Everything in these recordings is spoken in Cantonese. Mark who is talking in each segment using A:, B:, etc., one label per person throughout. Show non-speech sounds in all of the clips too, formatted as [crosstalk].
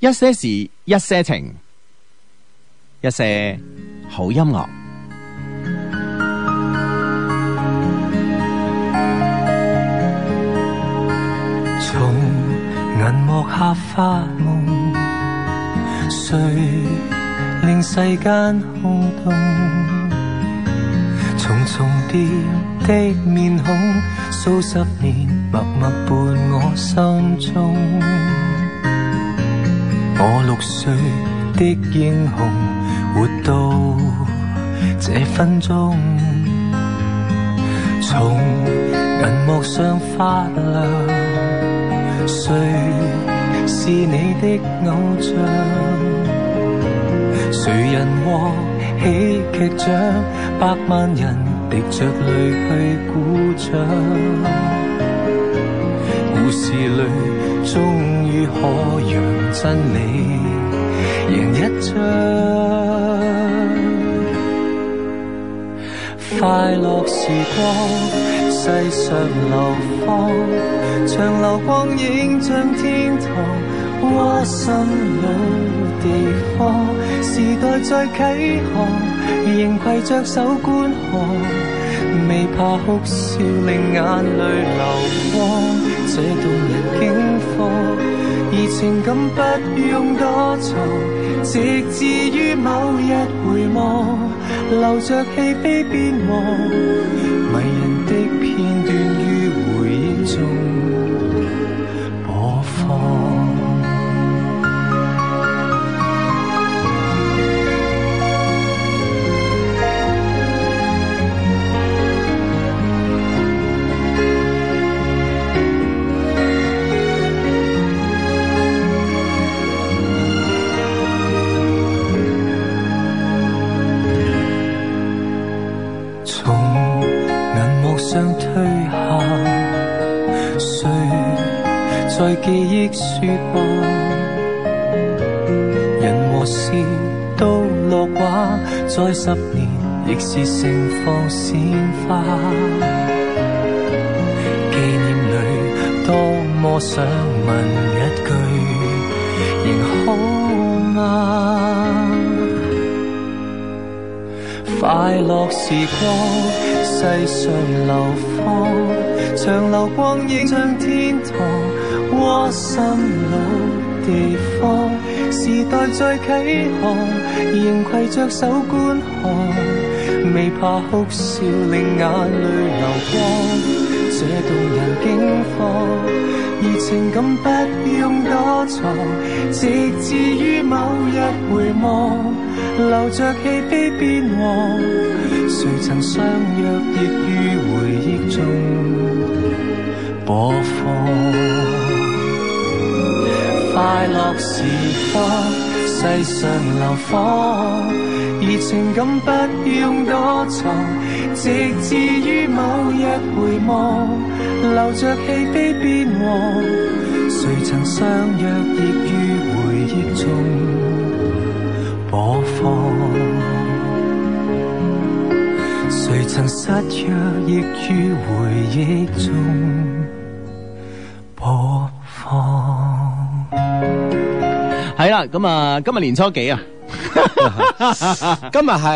A: 一些事，一些情，一些好音樂。
B: 從銀幕下發夢，誰令世間空洞？重重疊的面孔，數十年默默伴我心中。我六歲的英雄，活到這分鐘。從銀幕上發亮，誰是你的偶像？誰人獲喜劇獎？百萬人滴着淚去鼓掌。故事裏終於可讓真理贏一仗。快樂時光，世上流芳，長流光影像天堂，窩心老地方，時代在啟航，仍攜着手觀看，未怕哭笑令眼淚流光，這動人境況。而情感不用多藏，直至於某日回望，留着戲悲邊望，迷人的片段於回憶中播放。從銀幕上退下，誰在記憶說話？人和事都落畫，再十年亦是盛放鮮花。紀念裏多麼想問一句，仍好嗎？快樂時光，世上流芳，長流光影像天堂，窩心老地方，時代在啟航，仍攜着手觀看，未怕哭笑令眼淚流光。這動人境況，而情感不用多藏，直至於某日回望，留着戲悲邊望，誰曾相約亦於回憶中播放。快樂時光，世上流芳，而情感不用多藏，直至於某日回望，留着戲悲變黃，誰曾相約亦於回憶中播放，誰曾失約亦於回憶中播放。
A: 係啦，咁啊，今日年初幾啊？ [laughs]
C: 今日係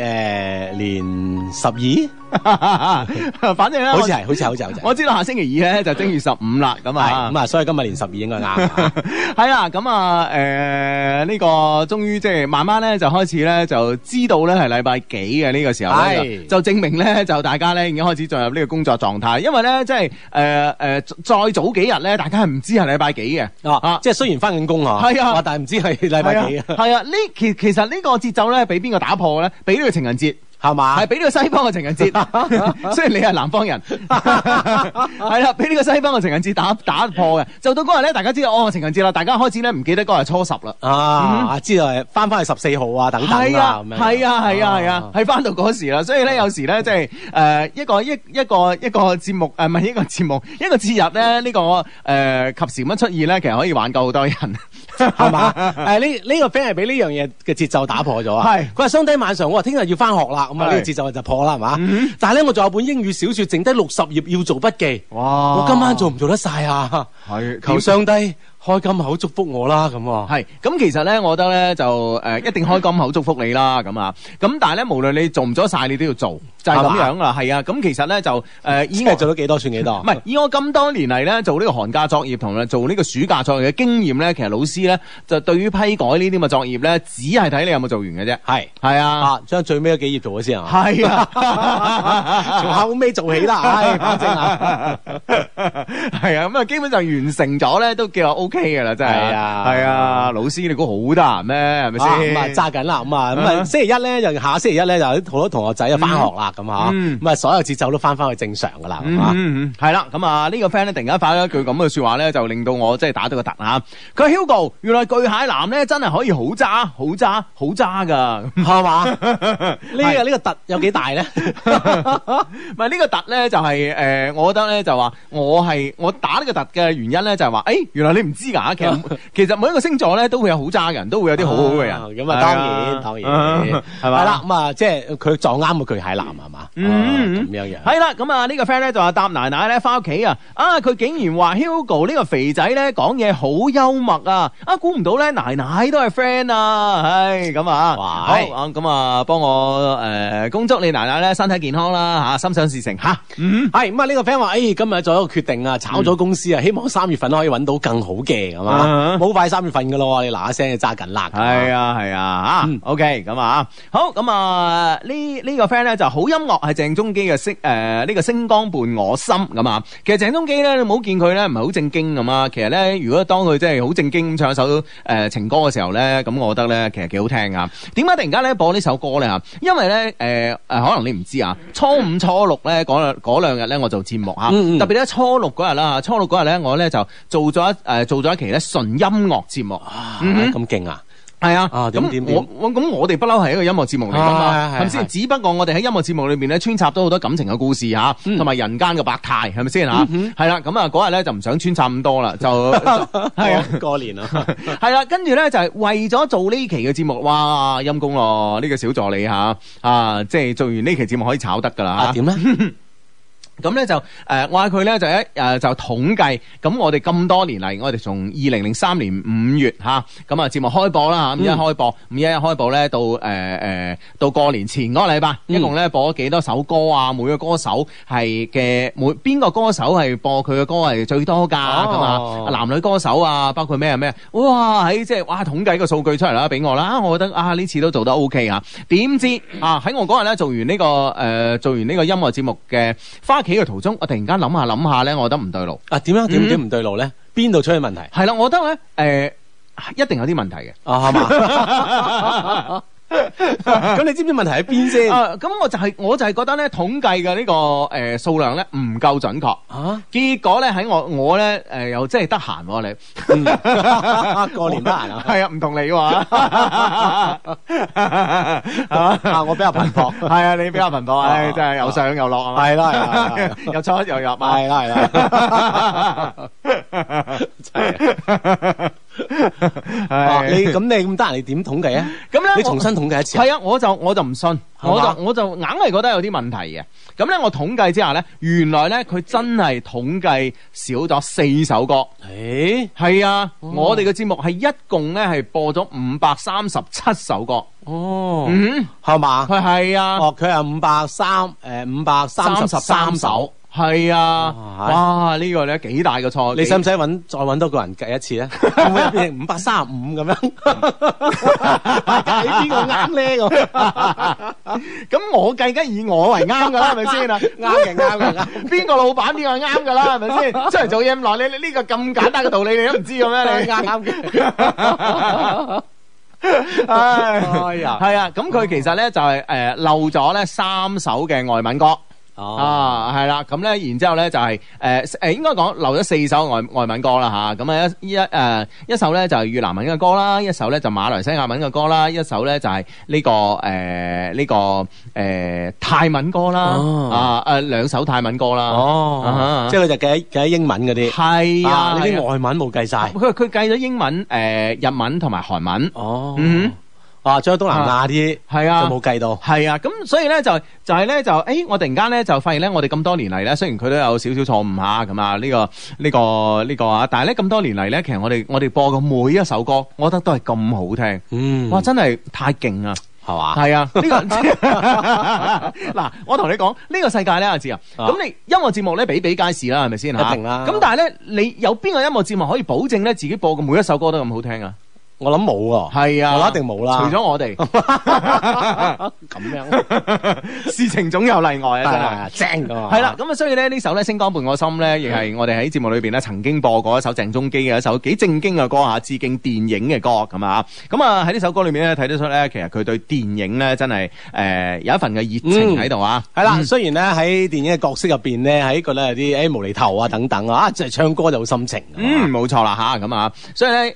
C: 诶年十二，
A: 啊
C: [laughs]
A: 反正咧，
C: 好似係，好似係好似係好似係。
A: 我知道下星期二咧就正月十五啦，咁
C: 係
A: 啊
C: 咁。啊，所以今日年十二應該啱啊。
A: [laughs] 係啦，咁啊，诶、呢、個終於即係慢慢咧就開始咧就知道咧係禮拜幾嘅呢個時候咧，
C: 係
A: 就就證明咧就大家咧已經開始進入呢個工作狀態，因為咧即係诶诶再早幾日咧，大家係唔知係禮拜幾嘅
C: 啊，即係雖然翻緊工啊，
A: 係啊
C: 哇但係唔知係禮拜幾啊，
A: 係啊，呢其其實呢個節奏咧，俾邊個打破咧？俾呢個情人節。
C: 係嘛？
A: 系俾呢個西方嘅情人
C: [laughs]
A: 節，雖然你係南方人，係啦，俾呢個西方嘅情人節打打破嘅，就到嗰日咧，大家知道哦，情人節啦，大家開始咧唔記得嗰日初十啦。
C: 啊，知道係翻翻去十四號啊，等等
A: 嗯係
C: 啊，
A: 啊，
C: 咁樣
A: 係啊，係啊，係啊，係翻到嗰時啦，所以咧有時咧即係誒一個一一個一個節目呃誒，唔係一個節目，一個節日咧呢個誒及時咁樣出現咧，其實可以挽救好多人。[laughs]
C: 係嘛？誒呢呢個 friend 係俾呢樣嘢嘅節奏打破咗啊！
A: 係
C: 佢話兄弟晚上，我話聽日要翻學啦，咁
A: 係嗯
C: 啊呢個節奏就破啦，係嘛？但係咧，我仲有本英語小説，剩低六十頁要做筆記，
A: 哇 [laughs]
C: 我今晚做唔做得晒啊？
A: 係
C: 求上帝開金口祝福我啦咁
A: 哦
C: 啊，
A: 係咁，其實咧，我覺得咧就誒、呃一定開金口祝福你啦，咁啊，咁但係咧，無論你做唔做得晒，你都要做，就係、
C: 係
A: 咁
C: 嘛
A: 樣啦，係啊，咁其實咧就誒、呃、以
C: 依
A: 我
C: 家。做到幾多算幾多？
A: 唔係，以我咁多年嚟咧做呢個寒假作業同埋做呢個暑假作業嘅經驗咧，其實老師咧就對於批改呢啲咁嘅作業咧，只係睇你有冇做完嘅啫。
C: 係
A: 係啊，
C: 啊，將最尾嗰幾頁做咗先啊，
A: 係
C: [laughs] 從
A: 啊，
C: 後尾做起啦，唉，反正啊，
A: 係啊，咁啊，基本上完成咗咧都叫 O K 嘅啦，真係。
C: 係啊
A: 係啊，老師你估好得閒咩？係咪
C: 啊
A: 先？
C: 咁啊揸緊啦，咁啊咁啊
A: 嗯
C: 星期一咧就下星期一咧就有好多同學仔啊翻學啦咁啊，
A: 嗯
C: 咁啊所有節奏都翻翻去正常噶啦，係啊嘛
A: 嗯嗯，系啦，咁啊呢個 friend 咧突然間發咗一句咁嘅说話咧，就令到我真係打咗個突啊！佢話 Hugo，原來巨蟹男咧真係可以好揸、好揸、好揸
C: [laughs]
A: 噶。
C: 係嘛？呢
A: 係
C: 個呢個突有幾大 [laughs] 咧？
A: [laughs] 唔係呢個突咧就係、呃我覺得咧就話我係我打呢個突嘅原因咧就係話，誒、原來你唔知㗎，其
C: [laughs]
A: 實其實每一個星座咧都會有好揸嘅人，都會有啲好好嘅人。
C: 啊咁啊，當然當然
A: 係
C: 係
A: 嘛？
C: 啦，咁啊，即係佢撞啱個巨蟹男係嘛？
A: 嗯
C: 啊咁樣樣。
A: 系啦，咁啊呢個 friend 咧就話搭奶奶咧翻屋企啊，啊佢竟然話 Hugo 呢個肥仔咧講嘢好幽默啊，啊估唔到咧奶奶都係 friend 啊，唉咁啊，
C: 哇
A: 好啊咁啊幫我诶恭祝你奶奶咧身體健康啦吓，心想事成吓，嗯
C: [laughs] 係咁啊！呢個 friend 話：，誒，今日做一個決定啊，炒咗公司啊，希望三月份可以揾到更好嘅，咁啊
A: 啊，
C: 好快三月份噶咯喎，你嗱嗱聲就揸緊啦。咁啊
A: 係啊係啊
C: 嗯
A: 吓，OK 咁啊好咁啊呢呢個 friend 咧就好音樂係鄭中基嘅星誒呢個星光伴我心咁啊，其實鄭中基咧你冇見佢咧唔係好正經咁啊，其實咧如果當佢真係好正經咁唱一首誒、呃情歌嘅時候咧，咁我覺得咧其實幾好聽啊。點解突然間咧播呢首歌咧嚇？因為咧誒誒可能你唔知啊，初五初六咧嗰兩嗰兩日咧我做節目嚇，啊
C: 嗯嗯
A: 特別咧初六嗰日啦，初六嗰日咧我咧就做咗一誒、呃做咗一期咧純音樂節目。嗯哼
C: 咁勁啊！
A: 系啊，
C: 啊點點
A: 咁我
C: 點
A: 我咁我哋不嬲係一個音樂節目嚟噶嘛，
C: 啊係
A: 係咪
C: 係
A: 先？只不過我哋喺音樂節目裏邊咧穿插咗好多感情嘅故事嚇，
C: 嗯
A: 同埋人間嘅百態，係咪先嚇？係啦，咁啊嗰日咧就唔想穿插咁多啦，就
C: [laughs]
A: 係啊。
C: 過過年 [laughs] 啊，
A: 係啦，跟住咧就係為咗做呢期嘅節目，哇陰公咯！呢、個小助理嚇啊，即係做完呢期節目可以炒得㗎啦
C: 啊
A: 嚇
C: 點咧？
A: 咁咧就誒、呃我嗌佢咧就一誒、呃就統計，咁我哋咁多年嚟，我哋從二零零三年五月嚇，咁啊節目開播啦，咁一開播，咁一開播咧到誒誒、呃到過年前嗰個禮拜，
C: 嗯
A: 一共咧播咗幾多首歌啊？每個歌手係嘅每邊個歌手係播佢嘅歌係最多㗎咁啊、
C: 哦
A: 男女歌手啊，包括咩咩，哇喺即係哇統計個數據出嚟啦，俾我啦，我覺得啊呢次都做得 OK 啊，點知啊喺我嗰日咧做完呢、個誒、呃做完呢個音樂節目嘅翻屋企嘅途中，我突然間諗下諗下咧，我覺得唔對路。
C: 啊點樣點點唔對路咧？邊度出現問題
A: 係啦，我覺得咧誒、呃一定有啲問題 [laughs] 嘅。
C: 啊？係 [laughs] 嘛？咁你知唔知問題喺邊先？ [laughs]
A: 啊，咁我就係、我就係覺得咧統計嘅呢個誒數量咧唔夠準確。
C: 啊，
A: 結果咧喺我我咧誒、呃又真係得閒喎你。
C: 過年得閒啊！
A: [laughs] 係啊，唔同你喎。
C: [laughs] 啊，我比較頻撲。
A: 係啊，你比較頻撲，唉，真係又上又落啊，
C: 係啦係啦，
A: [laughs] 又出又入啊，
C: [laughs] 係啦係啦。
A: [laughs]
C: 啊你
A: 係
C: 咁你咁得閒，你點統 [laughs] 計啊？
A: 哦咁咧，我
C: 你重新統計一次啊。
A: 係啊，我就我就唔信，
C: 係嘛
A: 我就我就硬係覺得有啲問題嘅。咁咧，我統計之下咧，原來咧佢真係統計少咗四首歌。
C: 誒，
A: 係啊，
C: 哦
A: 我哋嘅節目係一共咧係播咗五百三十七首歌。
C: 哦，
A: 嗯，
C: 係嘛？
A: 佢係啊。
C: 哦，佢係五百三誒五百三十三首。。
A: 係啊，
C: 哇
A: 哇！呢個咧幾大嘅錯，
C: 你使唔使揾再揾多個人計一次咧？會唔會變五百三十五咁樣？計邊個啱咧？咁
A: 咁我計梗以我為啱噶啦，係咪先啊？
C: 啱嘅，啱嘅，啱。
A: 邊個老闆邊個啱噶啦，係咪
C: [laughs]
A: 先？出嚟做嘢咁耐，你你呢個咁簡單嘅道理你都唔知嘅咩？你
C: 啱啱嘅。 [laughs] 哎呀
A: 係啊，咁佢其實咧就係誒漏咗咧三首嘅外文歌。
C: 哦，
A: 啊，係啦，咁咧，然之後咧就係誒誒，應該講留咗四首外外文歌啦吓，咁啊一一誒、呃一首咧就係越南文嘅歌啦，一首咧就馬來西亞文嘅歌啦，一首咧就係呢、個誒呢、個誒、呃泰文歌啦，
C: 哦
A: 啊誒兩首泰文歌啦，啊哈
C: 哦，即係佢就計計英文嗰啲。
A: 係啊，
C: 啊，你
A: 係
C: 啲
A: 啊
C: 外文冇計晒。
A: 呃佢佢計咗英文、誒、日文同埋韓文，
C: 哦，
A: 嗯
C: 啊，將東南亞啲
A: 係啊
C: 就冇計到，
A: 係啊，咁所以咧就就係咧就，诶、我突然間咧就發現咧，我哋咁多年嚟咧，雖然佢都有少少錯誤吓咁啊，呢、個呢、個呢、個啊，但係咧咁多年嚟咧，其實我哋我哋播嘅每一首歌，我覺得都係咁好聽，
C: 嗯，
A: 哇，真係太勁啊！
C: 係嘛，
A: 係啊，呢、個 [laughs] 嗱，我同你講，呢、個世界咧，阿志啊，
C: 啊
A: 咁你音樂節目咧比比皆是啦，係咪先
C: 一定啦
A: 咁但係咧，你有邊個音樂節目可以保證咧自己播嘅每一首歌都咁好聽啊？
C: 我諗冇喎，
A: 係啊，
C: 我一定冇啦
A: 除咗我 [laughs] 哋，
C: [laughs] 咁樣
A: [laughs] 事情總有例外啊，真係。
C: 係正㗎嘛，
A: 係啦，咁啊，所嗯以咧呢首咧《星光伴我心》咧，亦係我哋喺節目裏邊咧曾經播過一首鄭中基嘅一啊首幾正經嘅歌嚇，致敬電影嘅歌咁啊。咁啊喺呢首歌裏面咧睇得出咧，其實佢對電影咧真係誒、呃有一份嘅熱情喺度啊。
C: 係啦，雖然咧喺電影嘅角色入邊咧，喺個咧有啲誒無厘頭啊等等啊，即係唱歌就好深情㗎嘛，
A: 嗯，冇錯啦吓，咁啊，所以咧，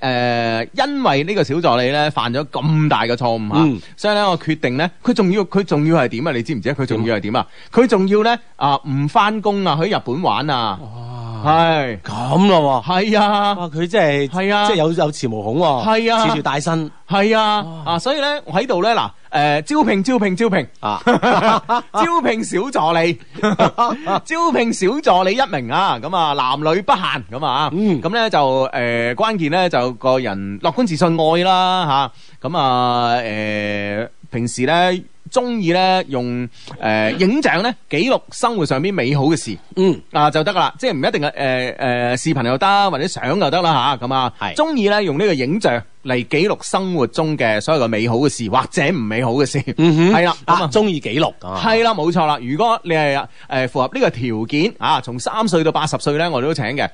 A: 誒、因為呢個小助理咧犯咗咁大嘅錯誤嚇，
C: 嗯
A: 所以咧，我決定咧，佢仲要佢仲要係點啊？你知唔知啊？佢仲要係點啊？佢仲要咧啊，唔翻工啊，去日本玩啊，係
C: 咁咯喎。
A: 係啊。
C: 哇！佢真係
A: 係啊
C: 即係有有恃無恐喎，
A: 係啊
C: 恃住大身
A: 係
C: 哦
A: 啊，啊，所以咧，我喺度咧，嗱，誒，招聘，招聘，招聘，
C: 啊，
A: [laughs] 招聘小助
C: [laughs]
A: 理，招聘小助理一名啊，咁啊，男女不限咁啊，
C: 嗯
A: 咁咧就誒，關鍵咧就個人樂觀自信愛啦吓，咁啊，誒，平時咧中意咧用誒影像咧記錄生活上邊美好嘅事。
C: 嗯，
A: 啊就得噶啦，即係唔一定係誒誒視頻又得，或者相又得啦吓，咁啊，
C: 係
A: 中意咧用呢個影像嚟記錄生活中嘅所有嘅美好嘅事，或者唔美好嘅事，
C: 嗯哼
A: 係啦、咁
C: 啊，
A: 啊。
C: 中意記錄啊，
A: 係啦，冇錯啦。如果你係誒、呃符合呢個條件啊，從三歲到八十歲咧，我哋都請
C: [laughs]
A: 嘅。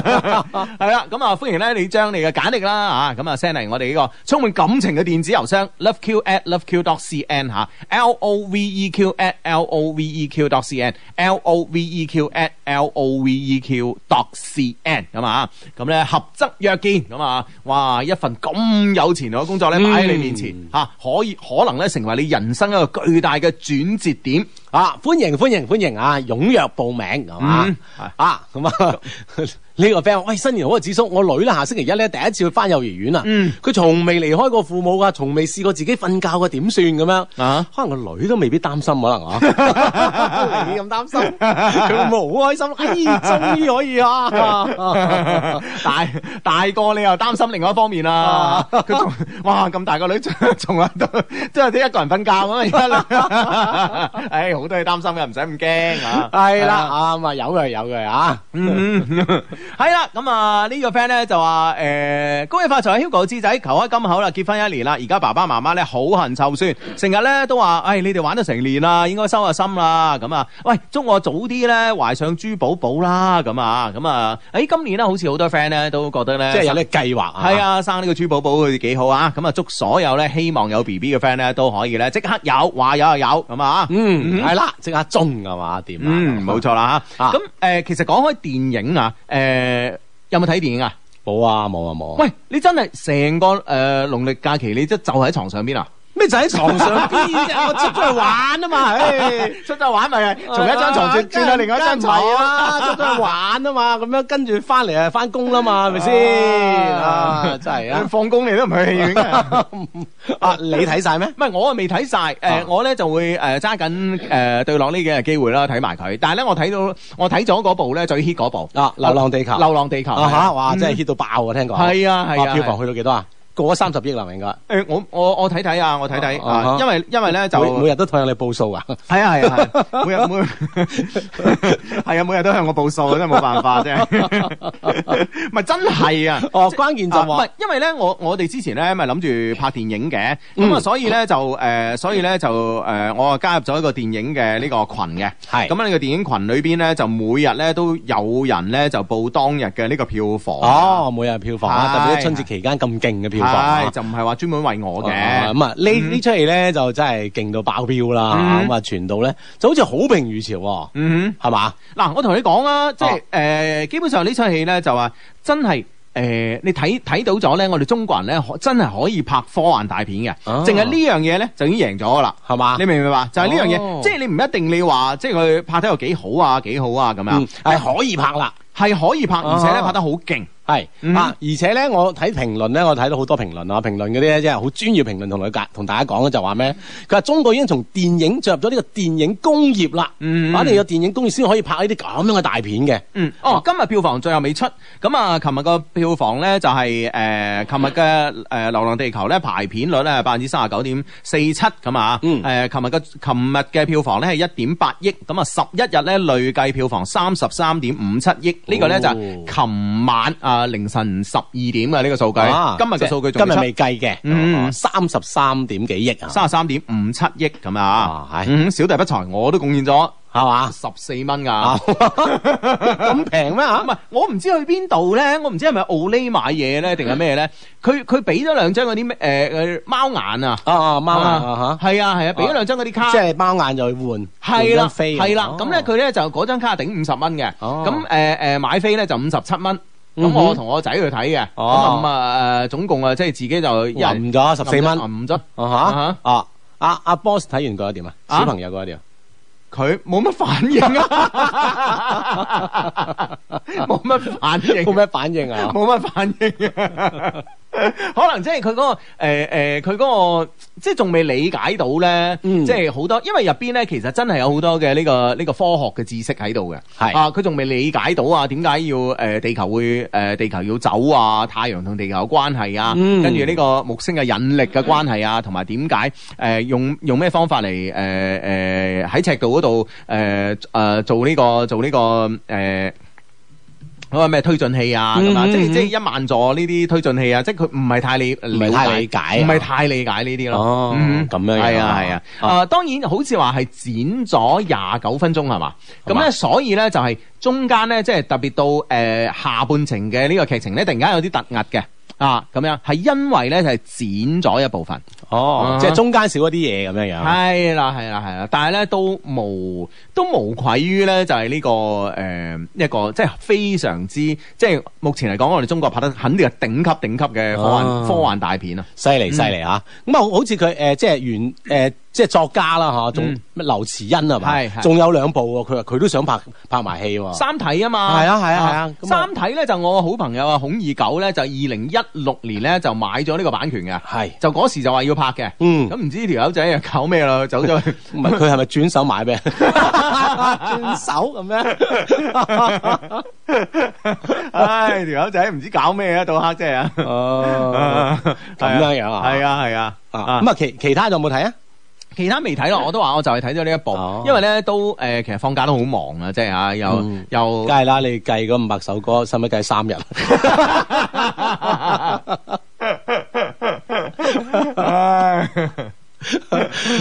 A: 係啦，咁啊，歡迎咧你將你嘅簡歷啦啊，咁啊 send 嚟我哋呢個充滿感情嘅電子郵箱 loveq at loveq dot cn 嚇，l o v e q at l o v e q dot cn，l o v e q at l o v e q dot cn 咁啊，咁咧合則約見咁啊，哇！一份咁有前途嘅工作咧擺喺你面前嚇、
C: 嗯
A: 啊可以可能咧成為你人生一個巨大嘅轉折點。
C: 啊，歡迎歡迎歡迎啊，踴躍報名係嘛
A: 嗯係？
C: 啊咁啊， [laughs] 呢個 friend 話喂新年好啊，子叔，我女咧下星期一咧第一次去翻幼兒園啊，
A: 嗯
C: 佢從未離開過父母噶，從未試過自己瞓覺嘅，點算咁樣？
A: 啊
C: 可能個女都未必擔心，可能
A: [laughs]
C: 啊，
A: 哎
C: 你咁擔心，佢會唔會好開心？哎，終於可以 [laughs] 啊！
A: 大大個你又擔心另外一方面
C: 啊
A: 啦，佢仲哇咁大個女仲仲喺度，即係得一個人瞓覺咁啊！而家
C: [laughs]
A: 你，唉好多嘢擔心嘅，唔使咁驚啊！
C: 係啦，啊咁啊有嘅有嘅啊，
A: 嗯，係啦，咁啊呢個 friend 咧就話誒恭喜發財，Hugo 志仔求開金口啦，結婚一年啦，而家爸爸媽媽咧好恨湊孫，成日咧都話，唉你哋玩咗成年啦，應該收下心啦，咁啊，喂祝我早啲咧懷上豬寶寶啦，咁啊，咁啊，誒今年咧好似好多 friend 咧都覺得咧
C: 即係有呢個計劃啊，
A: 系啊，生呢個豬寶寶佢幾好啊！咁啊，祝所有咧希望有 B B 嘅 friend 咧都可以咧即刻有，話有就有咁啊！
C: 嗯，係啦，即刻中係嘛？點啊？
A: 嗯，冇錯啦吓。
C: 啊
A: 咁诶，呃其實講開電影啊，诶，有冇睇電影啊？
C: 冇啊冇啊冇啊！
A: 喂，你真係成個诶农历假期，你即係就喺床上邊啊？
C: 咩就喺床上邊啫？我出咗去玩啊 [laughs] 嘛，唉，
A: [laughs] 出咗玩咪從一張床轉轉到
C: [laughs]
A: 另外一張床
C: 梗係唔係啦，出咗去玩啊嘛，咁樣跟住翻嚟啊翻工啦嘛，係咪先？啊，真係啊！
A: 放工你都唔去戲院 [laughs] 㗎。
C: 啊，你睇晒咩？
A: 唔係，我啊未睇晒，誒、
C: 啊
A: 我咧就會誒揸緊誒對落呢幾日機會啦，睇埋佢。但係咧，我睇到我睇咗嗰部咧最 hit 嗰部
C: 啊流浪地球
A: 流浪地球》
C: 啊嚇！哇，真係
A: 嗯
C: hit 到爆啊！聽講
A: 係啊係啊
C: 哇票房去到幾多啊？過咗三十億啦，應該。
A: 誒、我我我睇睇啊，我睇睇
C: 啊
A: 啊
C: 啊，
A: 因為因為咧就
C: 就每每日都向你報數啊！
A: 係啊係啊，係啊每
C: [laughs]
A: 日每日係啊，每日都向我報數，真係冇辦法
C: [laughs]
A: 啫。唔係真係啊！
C: 哦，關鍵就
A: 啊唔
C: 話
A: 係，因為咧，我我哋之前咧咪諗住拍電影嘅，咁啊、
C: 嗯
A: 所以咧就誒、呃所以咧就誒、呃我啊加入咗一個電影嘅呢個群嘅，
C: 係
A: 咁呢個電影群裏邊咧，就每日咧都有人咧就報當日嘅呢個票房。
C: 哦，每日票房啊，
A: 係
C: 特別喺春節期間咁勁
A: 係，
C: 嘅票房啊
A: 就唔係話專門為我嘅。
C: 啊咁啊，呢呢出戲咧就真係勁到爆表啦，
A: 嗯
C: 咁啊傳到咧就好似好評如潮喎，
A: 嗯
C: 係嘛？
A: 哼，嗱，我同你講啊，即係誒
C: 哦、
A: 呃基本上呢出戲咧就話真係。誒、你睇睇到咗咧，我哋中國人咧可真係可以拍科幻大片嘅，
C: 哦
A: 淨係呢樣嘢咧就已經贏咗噶啦。
C: 係嘛
A: 你？明唔明白？就係呢樣
C: 啊哦
A: 嘢，即係你唔一定你話，即係佢拍得有幾好啊，幾好啊咁
C: 嗯
A: 樣，
C: 係可以拍啦，
A: 係可以拍，而且咧
C: 啊
A: 拍得好勁。
C: 係係
A: 嗯
C: 啊，而且咧，我睇評論咧，我睇到好多評論啊，評論嗰啲咧，即係好專業評論，同佢解同大家講咧，就話咩？佢話中國已經從電影進入咗呢個電影工業啦，
A: 嗯
C: 反正有電影工業先可以拍呢啲咁樣嘅大片嘅。
A: 嗯，哦，今日票房最後未出，咁啊，琴日個票房咧就係、呃琴日嘅誒《流浪地球》咧排片率咧百分之三十九點四七咁啊，誒、
C: 嗯
A: 琴日嘅琴日嘅票房咧係一點八億，咁啊十一日咧累計票房三十三點五七億，呢個咧就
C: 哦
A: 係琴晚啊凌晨十二點嘅呢個數據，
C: 啊
A: 今日
C: 即
A: 嘅
C: 係
A: 數據
C: 今
A: 仲未
C: 日
A: 出
C: 未計
A: 嗯
C: 嘅，哦三十三點幾億啊，
A: 三十三點五七億咁啊
C: 啊，係
A: 嗯，小弟不才，我都貢獻咗
C: 係嘛？
A: 十四蚊
C: 啊
A: 㗎。
C: 咁平咩
A: 啊，
C: 嚇
A: 唔？係，我唔知去邊度咧，我唔知係咪奧利買嘢
C: [laughs]
A: 咧，定係咩咧？佢佢俾咗兩張嗰啲咩誒誒貓眼啊，
C: 啊，貓眼啊
A: 係啊係啊，俾咗兩張嗰啲
C: 嚇，
A: 卡
C: 即。係貓眼就去換，
A: 係
C: 換張
A: 啦，
C: 飛
A: 係啦，
C: 哦
A: 咁咧佢咧就嗰張卡頂五十蚊嘅，
C: 哦
A: 咁誒誒買飛咧就五十七蚊，咁
C: 嗯哼
A: 我同我仔去睇嘅，咁啊
C: 哦
A: 咁啊誒總共啊即係自己就一人
C: 銀咗十四蚊，
A: 銀咗，
C: 啊嚇啊！阿阿 boss 睇完覺得點啊？
A: 啊
C: 小朋友覺得點啊？
A: 佢冇乜反應
C: [laughs]
A: 啊，冇乜反應，
C: 冇咩反應
A: [laughs]
C: 啊？
A: 冇乜反應啊。 [laughs] 可能即係佢嗰個誒誒，呃佢、嗰、個即係仲未理解到咧，
C: 嗯
A: 即係好多，因為入邊咧其實真係有好多嘅呢、個呢、個科學嘅知識喺度嘅，
C: 係
A: 啊，佢仲未理解到啊，點解要誒、呃地球會誒、呃地球要走啊，太陽同地球嘅關係啊，
C: 嗯
A: 跟住呢個木星嘅引力嘅關係啊，同埋點解誒用用咩方法嚟誒誒喺赤道嗰度誒誒做呢、個做呢、個誒。呃嗰個咩推進器啊咁啊，
C: 嗯嗯
A: 即係
C: 嗯
A: 即係一萬座呢啲推進器啊，即係佢唔係太理，唔
C: 係太理解
A: 唔
C: 啊
A: 係太理解呢啲咯。
C: 哦咁樣樣
A: 係啊係啊。
C: 啊
A: 啊，當然好似話係剪咗廿九分鐘係嘛，咁
C: 係
A: 咧
C: 嘛
A: 所以咧就係中間咧即係特別到誒下半程嘅呢個劇情咧，突然間有啲突兀嘅啊咁樣，係因為咧就係剪咗一部分。
C: 哦
A: 啊，
C: 即係中間少一啲嘢咁樣啊樣。
A: 係啦，係啦，係啦，但係咧都無都無愧於咧，就係呢、個誒、一個即係非常之即係目前嚟講，我哋中國拍得肯定係頂級頂級嘅科幻、
C: 啊
A: 科幻大片啊！
C: 犀利犀利嚇！咁啊，好似佢誒即係原誒即係作家啦嚇，仲咩劉慈欣係
A: 嗯係係
C: 嘛？仲有兩部喎，佢話佢都想拍拍埋戲喎。
A: 三體啊嘛，
C: 係啊係啊係啊咁啊
A: 三體咧就我好朋友啊孔二狗咧就二零一六年咧就買咗呢個版權嘅，
C: 係
A: 就嗰時就話要拍嘅，
C: 嗯
A: 咁唔知條友仔又搞咩啦，走咗去。
C: 唔係佢係咪轉手買咩？轉手咁樣？
A: [laughs] [laughs] 唉，條友仔唔知搞咩啊，到黑啫 [laughs] 啊！
C: 哦，咁樣樣啊
A: 係啊係啊，
C: 啊咁啊，其其他有冇睇啊？
A: 其他未睇咯，我都話我就係睇咗呢一部，
C: 嗯哦
A: 因為咧都誒、呃其實放假都好忙啊，即係啊，又、
C: 嗯
A: 又 [laughs]
C: 梗 [laughs] 係啦，你計嗰五百首歌，使唔使計三日？ [laughs]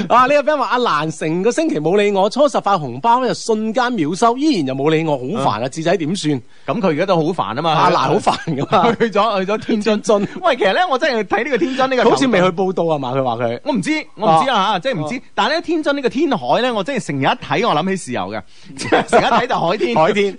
C: 啊！呢個 friend 話阿蘭成個星期冇理我，初十發紅包咧就瞬間秒收，依然就冇理我，好煩啊！智仔點算？
A: 咁佢而家都好煩啊嘛，
C: 阿蘭好煩噶 [laughs] 嘛，
A: [laughs] 去咗去咗天津
C: 津
A: 喂，其實咧我真係睇呢個天津呢個，
C: [laughs] 好似未去。哦報道啊嘛？佢話佢
A: 我唔知，我唔知啊吓，即係唔知。但係咧，天津呢個天海咧，我真係成日一睇，我諗起豉油嘅， [laughs] 成日一睇就海天。
C: 海天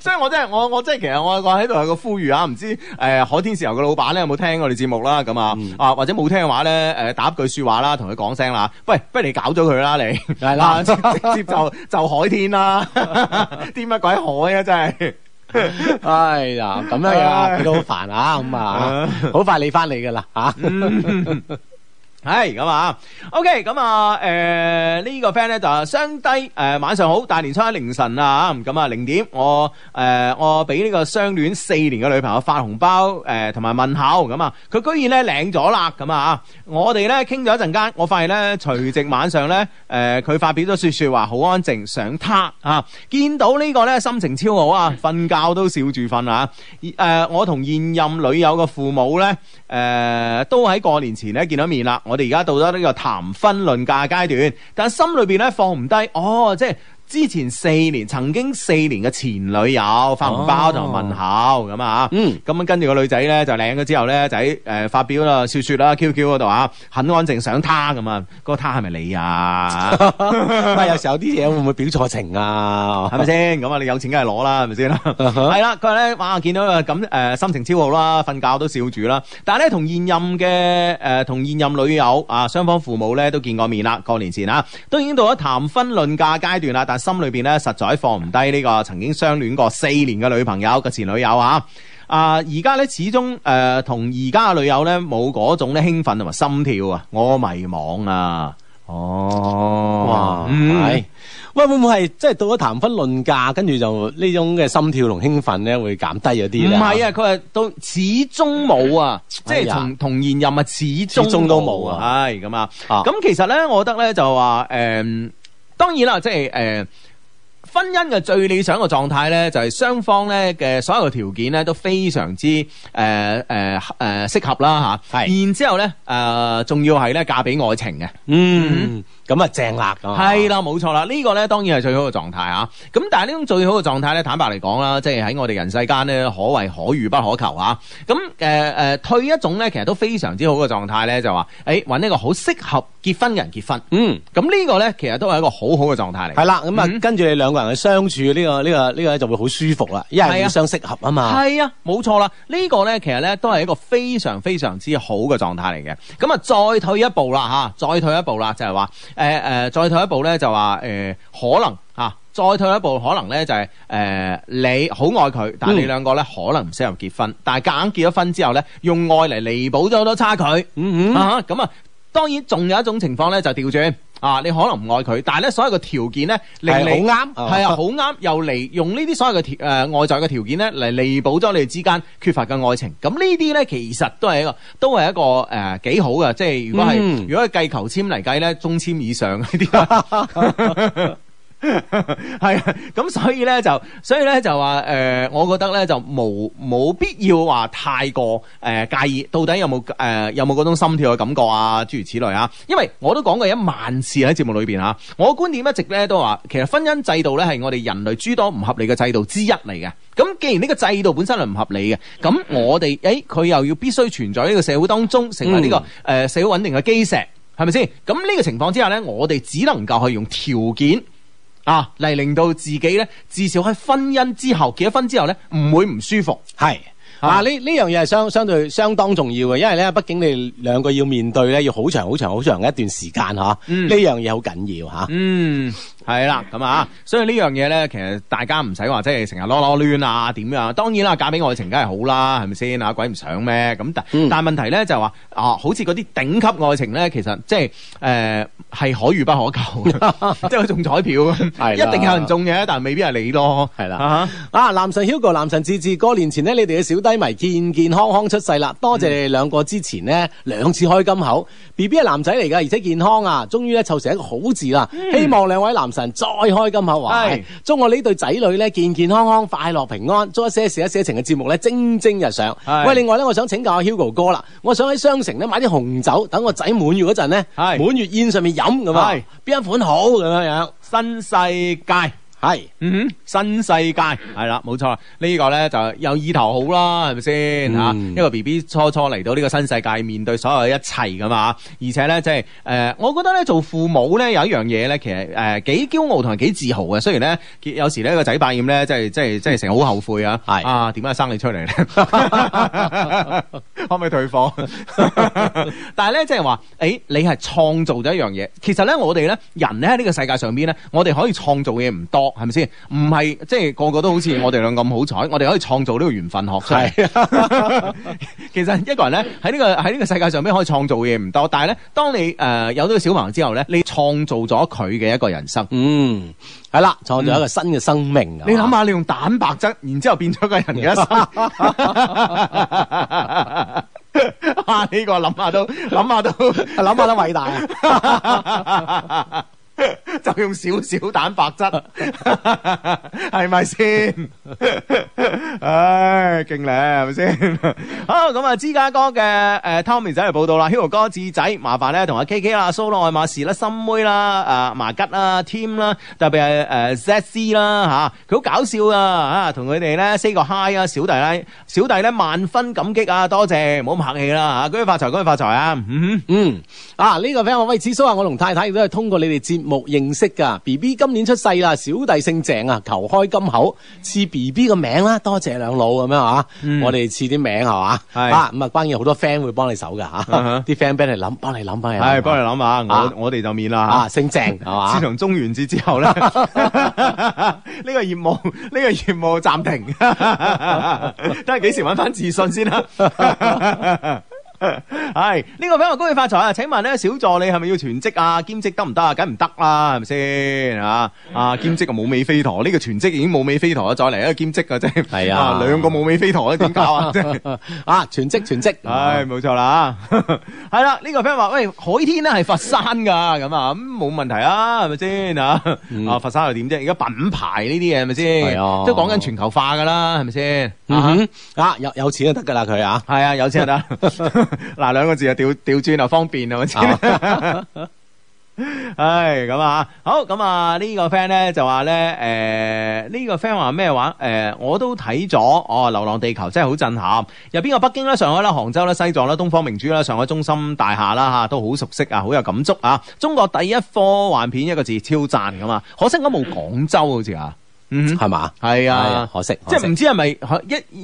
A: [laughs] 所以我真係我我真係其實我我喺度有個呼籲啊，唔知誒、呃海天豉油嘅老闆咧有冇聽我哋節目啦咁啊、
C: 嗯
A: 啊或者冇聽嘅話咧誒、呃打一句説話啦，同佢講聲啦，喂，不如你搞咗佢啦你，
C: 嗯係啦
A: 啊直直接就就海天
C: [laughs]
A: 啦， [laughs] 啲乜鬼海啊真係。
C: [laughs] 哎呀咁樣樣啊，佢都好煩啊咁啊，嗯好快理翻你噶啦啊嚇。
A: 系咁啊，OK，咁啊，诶、呢、個 friend 咧就話相低，诶、晚上好，大年初一凌晨啊，咁啊零點，我诶、我俾呢個相戀四年嘅女朋友發紅包，诶同埋問候咁啊，佢居然咧領咗啦，咁啊，我哋咧傾咗一陣間，我發現咧除夕晚上咧，诶、佢發表咗说说話，好安靜，想他啊，見到呢個咧心情超好啊，瞓覺都笑住瞓啊，诶、我同現任女友嘅父母咧。誒、都喺過年前咧見到面啦。我哋而家到咗呢個談婚論嫁階段，但心裏邊咧放唔低。哦，即係之前四年曾經四年嘅前女友發紅包
C: 哦
A: 同埋問候咁啊。
C: 嗯
A: 咁跟住個女仔咧就領咗之後咧就喺誒、呃發表啦小説啦 QQ 嗰度啊，很安靜想他咁啊。嗰個他係咪你啊？
C: 喂，有時候啲嘢會唔會表錯情 [laughs] 啊？
A: 係咪先？ [laughs] Uh-huh 咁啊，你有錢梗係攞啦，係咪先啦？係啦，佢話咧，哇，見到佢咁誒，呃心情超好啦，瞓覺都笑住啦。但係咧，同現任嘅誒、呃同現任女友啊，雙方父母咧都見過面啦，過年前啊，都已經到咗談婚論嫁階段啦。但係心裏邊咧，實在放唔低呢個曾經相戀過四年嘅女朋友嘅前女友啊。啊，而家咧始終誒同而家嘅女友咧冇嗰種咧興奮同埋心跳啊，我迷惘啊，哦
C: 哇，，係嗯喂，會唔會係即係到咗談婚論嫁，跟住就呢種嘅心跳同興奮咧會減低咗啲
A: 唔
C: 咧？
A: 係啊，佢係到始終冇啊，即
C: 哎
A: 係
C: 呀
A: 同同現任啊，始
C: 始終都冇啊
A: 係咁啊。
C: 啊
A: 咁其實咧，我覺得咧就話誒，嗯當然啦，即係誒。嗯婚姻嘅最理想嘅狀態咧，就係、雙方咧嘅所有嘅條件咧都非常之誒誒誒適合啦嚇，
C: 係
A: 然之後咧誒仲要係咧嫁俾愛情嘅，
C: 嗯，咁啊正啦，咁啊
A: 係啦，冇錯啦，呢、個咧當然係最好嘅狀態啊。咁但係呢種最好嘅狀態咧，坦白嚟講啦，即係喺我哋人世間咧，可謂可遇不可求啊。咁誒誒，退一種咧，其實都非常之好嘅狀態咧，就話誒揾一個好適合結婚嘅人結婚。
C: 嗯。
A: 咁呢個咧，其實都係一個好好嘅狀態嚟。
C: 係啦，咁
A: 嗯
C: 啊，跟住你兩個人去相處呢、個呢、個呢、個就會好舒服啦，因
A: 係啊
C: 為互相適合啊嘛。
A: 係啊，冇錯啦。呢、個呢，其實呢，都係一個非常非常之好嘅狀態嚟嘅。咁啊，再退一步啦吓，再退一步啦，就係話誒誒，再退一步呢，就話誒、可能吓、再退一步可能呢，就係、誒、你好愛佢，但係你
C: 嗯
A: 兩個呢，可能唔適合結婚，但係夾硬結咗婚之後呢，用愛嚟彌補咗好多差距。
C: 嗯嗯，
A: 啊，咁啊，當然仲有一種情況咧，就調轉啊，你可能唔愛佢，但係咧所有嘅條件咧令
C: 係
A: 你
C: 好啱啊
A: 係啊，好啱，又嚟用呢啲所有嘅條誒外在嘅條件咧嚟彌補咗你哋之間缺乏嘅愛情。咁呢啲咧其實都係一個都係一個誒、呃、幾好嘅，即係如果係、
C: 嗯
A: 如果係計求籤嚟計咧，中籤以上啊呢
C: [laughs]
A: 啲。 [laughs] 係啊，咁所以咧就，所以咧就話誒、呃我覺得咧就冇冇必要話太過誒、呃介意，到底有冇誒、呃有冇嗰種心跳嘅感覺啊，諸如此類啊。因為我都講過一萬次喺節目裏邊啊，我嘅觀點一直咧都話，其實婚姻制度咧係我哋人類諸多唔合理嘅制度之一嚟嘅。咁既然呢個制度本身係唔合理嘅，咁我哋誒佢又要必須存在喺呢個社會當中，成為呢、個誒
C: 嗯、
A: 呃社會穩定嘅基石，係咪先？咁呢個情況之下咧，我哋只能夠去用條件。啊，嚟令到自己咧，至少喺婚姻之後，結咗婚之後咧，唔會唔舒服。
C: 係。
A: 啊
C: 啊！呢呢樣嘢係相相對相當重要嘅，因為咧，畢竟你兩個要面對咧，要好長好長好長嘅一段時間嚇，呢、
A: 嗯
C: 樣嘢好緊要嚇。
A: 嗯，係啦，咁啊，所以呢樣嘢咧，其實大家唔使話即係成日囉囉攣啊，點樣啊？當然啦，嫁俾愛情梗係好啦，係咪先啊？鬼唔想咩？咁但、
C: 嗯
A: 但問題咧就係話啊，好似嗰啲頂級愛情咧，其實即係誒係可遇不可 [laughs] 求嘅，即係好似中彩票咁，
C: 係啦
A: 一定有人中嘅，但未必係你咯。
C: 係啦
A: 啊
C: 啊，男神 Hugo、男神志志，過年前呢，你哋嘅小低迷健健康康出世啦，多謝
A: 嗯
C: 你哋兩個之前呢兩次開金口，B B 係男仔嚟㗎，而且健康啊，終於咧湊成一個好字啦，
A: 嗯
C: 希望兩位男神再開金口啊！
A: 係
C: 祝我呢對仔女咧健健康康、快樂平安，祝一些事一些情嘅節目咧蒸蒸日上
A: 係。
C: 喂，另外咧，我想請教阿 Hugo 哥啦，我想喺商城咧買啲紅酒，等我仔滿月嗰陣咧，
A: 係
C: 滿月宴上面飲咁啊
A: 係，
C: 邊一款好咁樣樣？
A: 啊新世界。
C: 係。
A: 嗯哼，新世界係啦，冇錯啦，呢、個咧就有意頭好啦，係咪先啊吓？
C: 嗯
A: 一個 B B 初初嚟到呢個新世界，面對所有一切噶嘛，而且咧即係誒，我覺得咧做父母咧有一樣嘢咧，其實誒、呃、幾驕傲同埋幾自豪嘅。雖然咧有時咧個仔百厭咧，即係即係即係成日好後悔啊，
C: 係
A: 啊點解生你出嚟咧？可唔可以退貨？但係咧即係話，誒、你係創造咗一樣嘢。其實咧我哋咧人咧喺呢個世界上邊咧，我哋可以創造嘅嘢唔多，係咪先？唔係即係個個都好似我哋兩個咁好彩，我哋可以創造呢個緣分學出嚟。 [laughs] 其實一個人咧喺呢個喺呢個世界上邊可以創造嘅嘢唔多，但係咧，當你誒、呃有咗個小朋友之後咧，你創造咗佢嘅一個人生。
C: 嗯，系啦，創造一個新嘅生命啊！
A: 你諗下，你用蛋白質，然之後變咗個人嘅一生。 [laughs] 啊！呢、個諗下都諗下都。
C: [laughs] 諗下都偉大啊！
A: [laughs] 就用少少蛋白質， [laughs] 係咪先？ [laughs] 唉，勁咧，係咪先？ [laughs] 好咁啊，芝加哥嘅诶、呃 Tommy 仔嚟報道啦，Hugo 哥智仔，麻煩咧同阿 K K 啦、蘇朗愛馬仕啦、心妹啦、啊麻吉啦、Tim 啦，特別係诶 Z C 啦吓，佢、好搞笑啊啊，同佢哋咧 say 個 hi 啊，小弟咧小弟咧萬分感激啊，多謝，唔好咁客氣啦吓，恭喜發財，恭喜發財啊！嗯哼
C: 嗯，啊呢、個 friend 話喂，子蘇啊，我同太太亦都係通過你哋節目認認識㗎。B B 今年出世啦，小弟姓鄭啊，求開金口，賜 B B 個名啦，多謝兩老咁樣啊。
A: 嗯
C: 我哋賜啲名係嘛，
A: 係
C: 啊咁啊，關鍵好多 friend 會幫你手
A: [laughs]
C: 㗎
A: 嗯
C: 吓
A: 哼，
C: 啲 friend 幫你諗，幫你諗，幫你諗
A: 系幫你諗下，
C: 啊
A: 我我哋就免啦
C: 啊，姓鄭係
A: [laughs]
C: 嘛
A: 自。從中原節之後咧，呢 [laughs] 個業務呢、個業務暫停， [laughs] 睇下幾時揾翻自信先啦。 [laughs] 係呢、個 friend 話恭喜發財啊！請問咧，小助理係咪要全職啊？兼職得唔得啊？梗唔得啦，係咪先啊？啊，兼職啊冇尾飛陀，呢、個全職已經冇尾飛陀啦，再嚟一個兼職啊，真係
C: 係啊
A: 兩個冇尾飛陀咧點搞啊？真係
C: [laughs] 啊，全職全職，
A: 唉，冇錯啦， [laughs] 係啦，呢個 friend 話：喂，海天咧啊係佛山㗎，咁啊，咁冇問題啊，係咪先啊？啊，佛山又點啫？而家品牌呢啲嘢係咪先？
C: 嗯係啊
A: 都講緊全球化㗎啦，係咪先？
C: 嗯
A: 啊
C: 哼，啊有有錢就得㗎啦佢啊。
A: 係啊，有錢就 [laughs] 得。嗱，兩個字啊，調調轉啊，方便係咪先？ [laughs] 唉，咁啊，好咁啊，呢個 friend 咧就話咧，誒、呢、個 friend 話咩話？誒、我都睇咗，哦，《流浪地球》真係好震撼。入邊個北京啦、上海啦、杭州啦、西藏啦、東方明珠啦、上海中心大廈啦嚇，都好熟悉啊，好有感觸啊！中國第一科幻片一個字，超讚咁啊！可惜我冇廣州好似啊，嗯哼，
C: 係嘛？
A: 係
C: 係
A: 啊，
C: 可惜，
A: 即
C: 可惜
A: 係唔知係咪一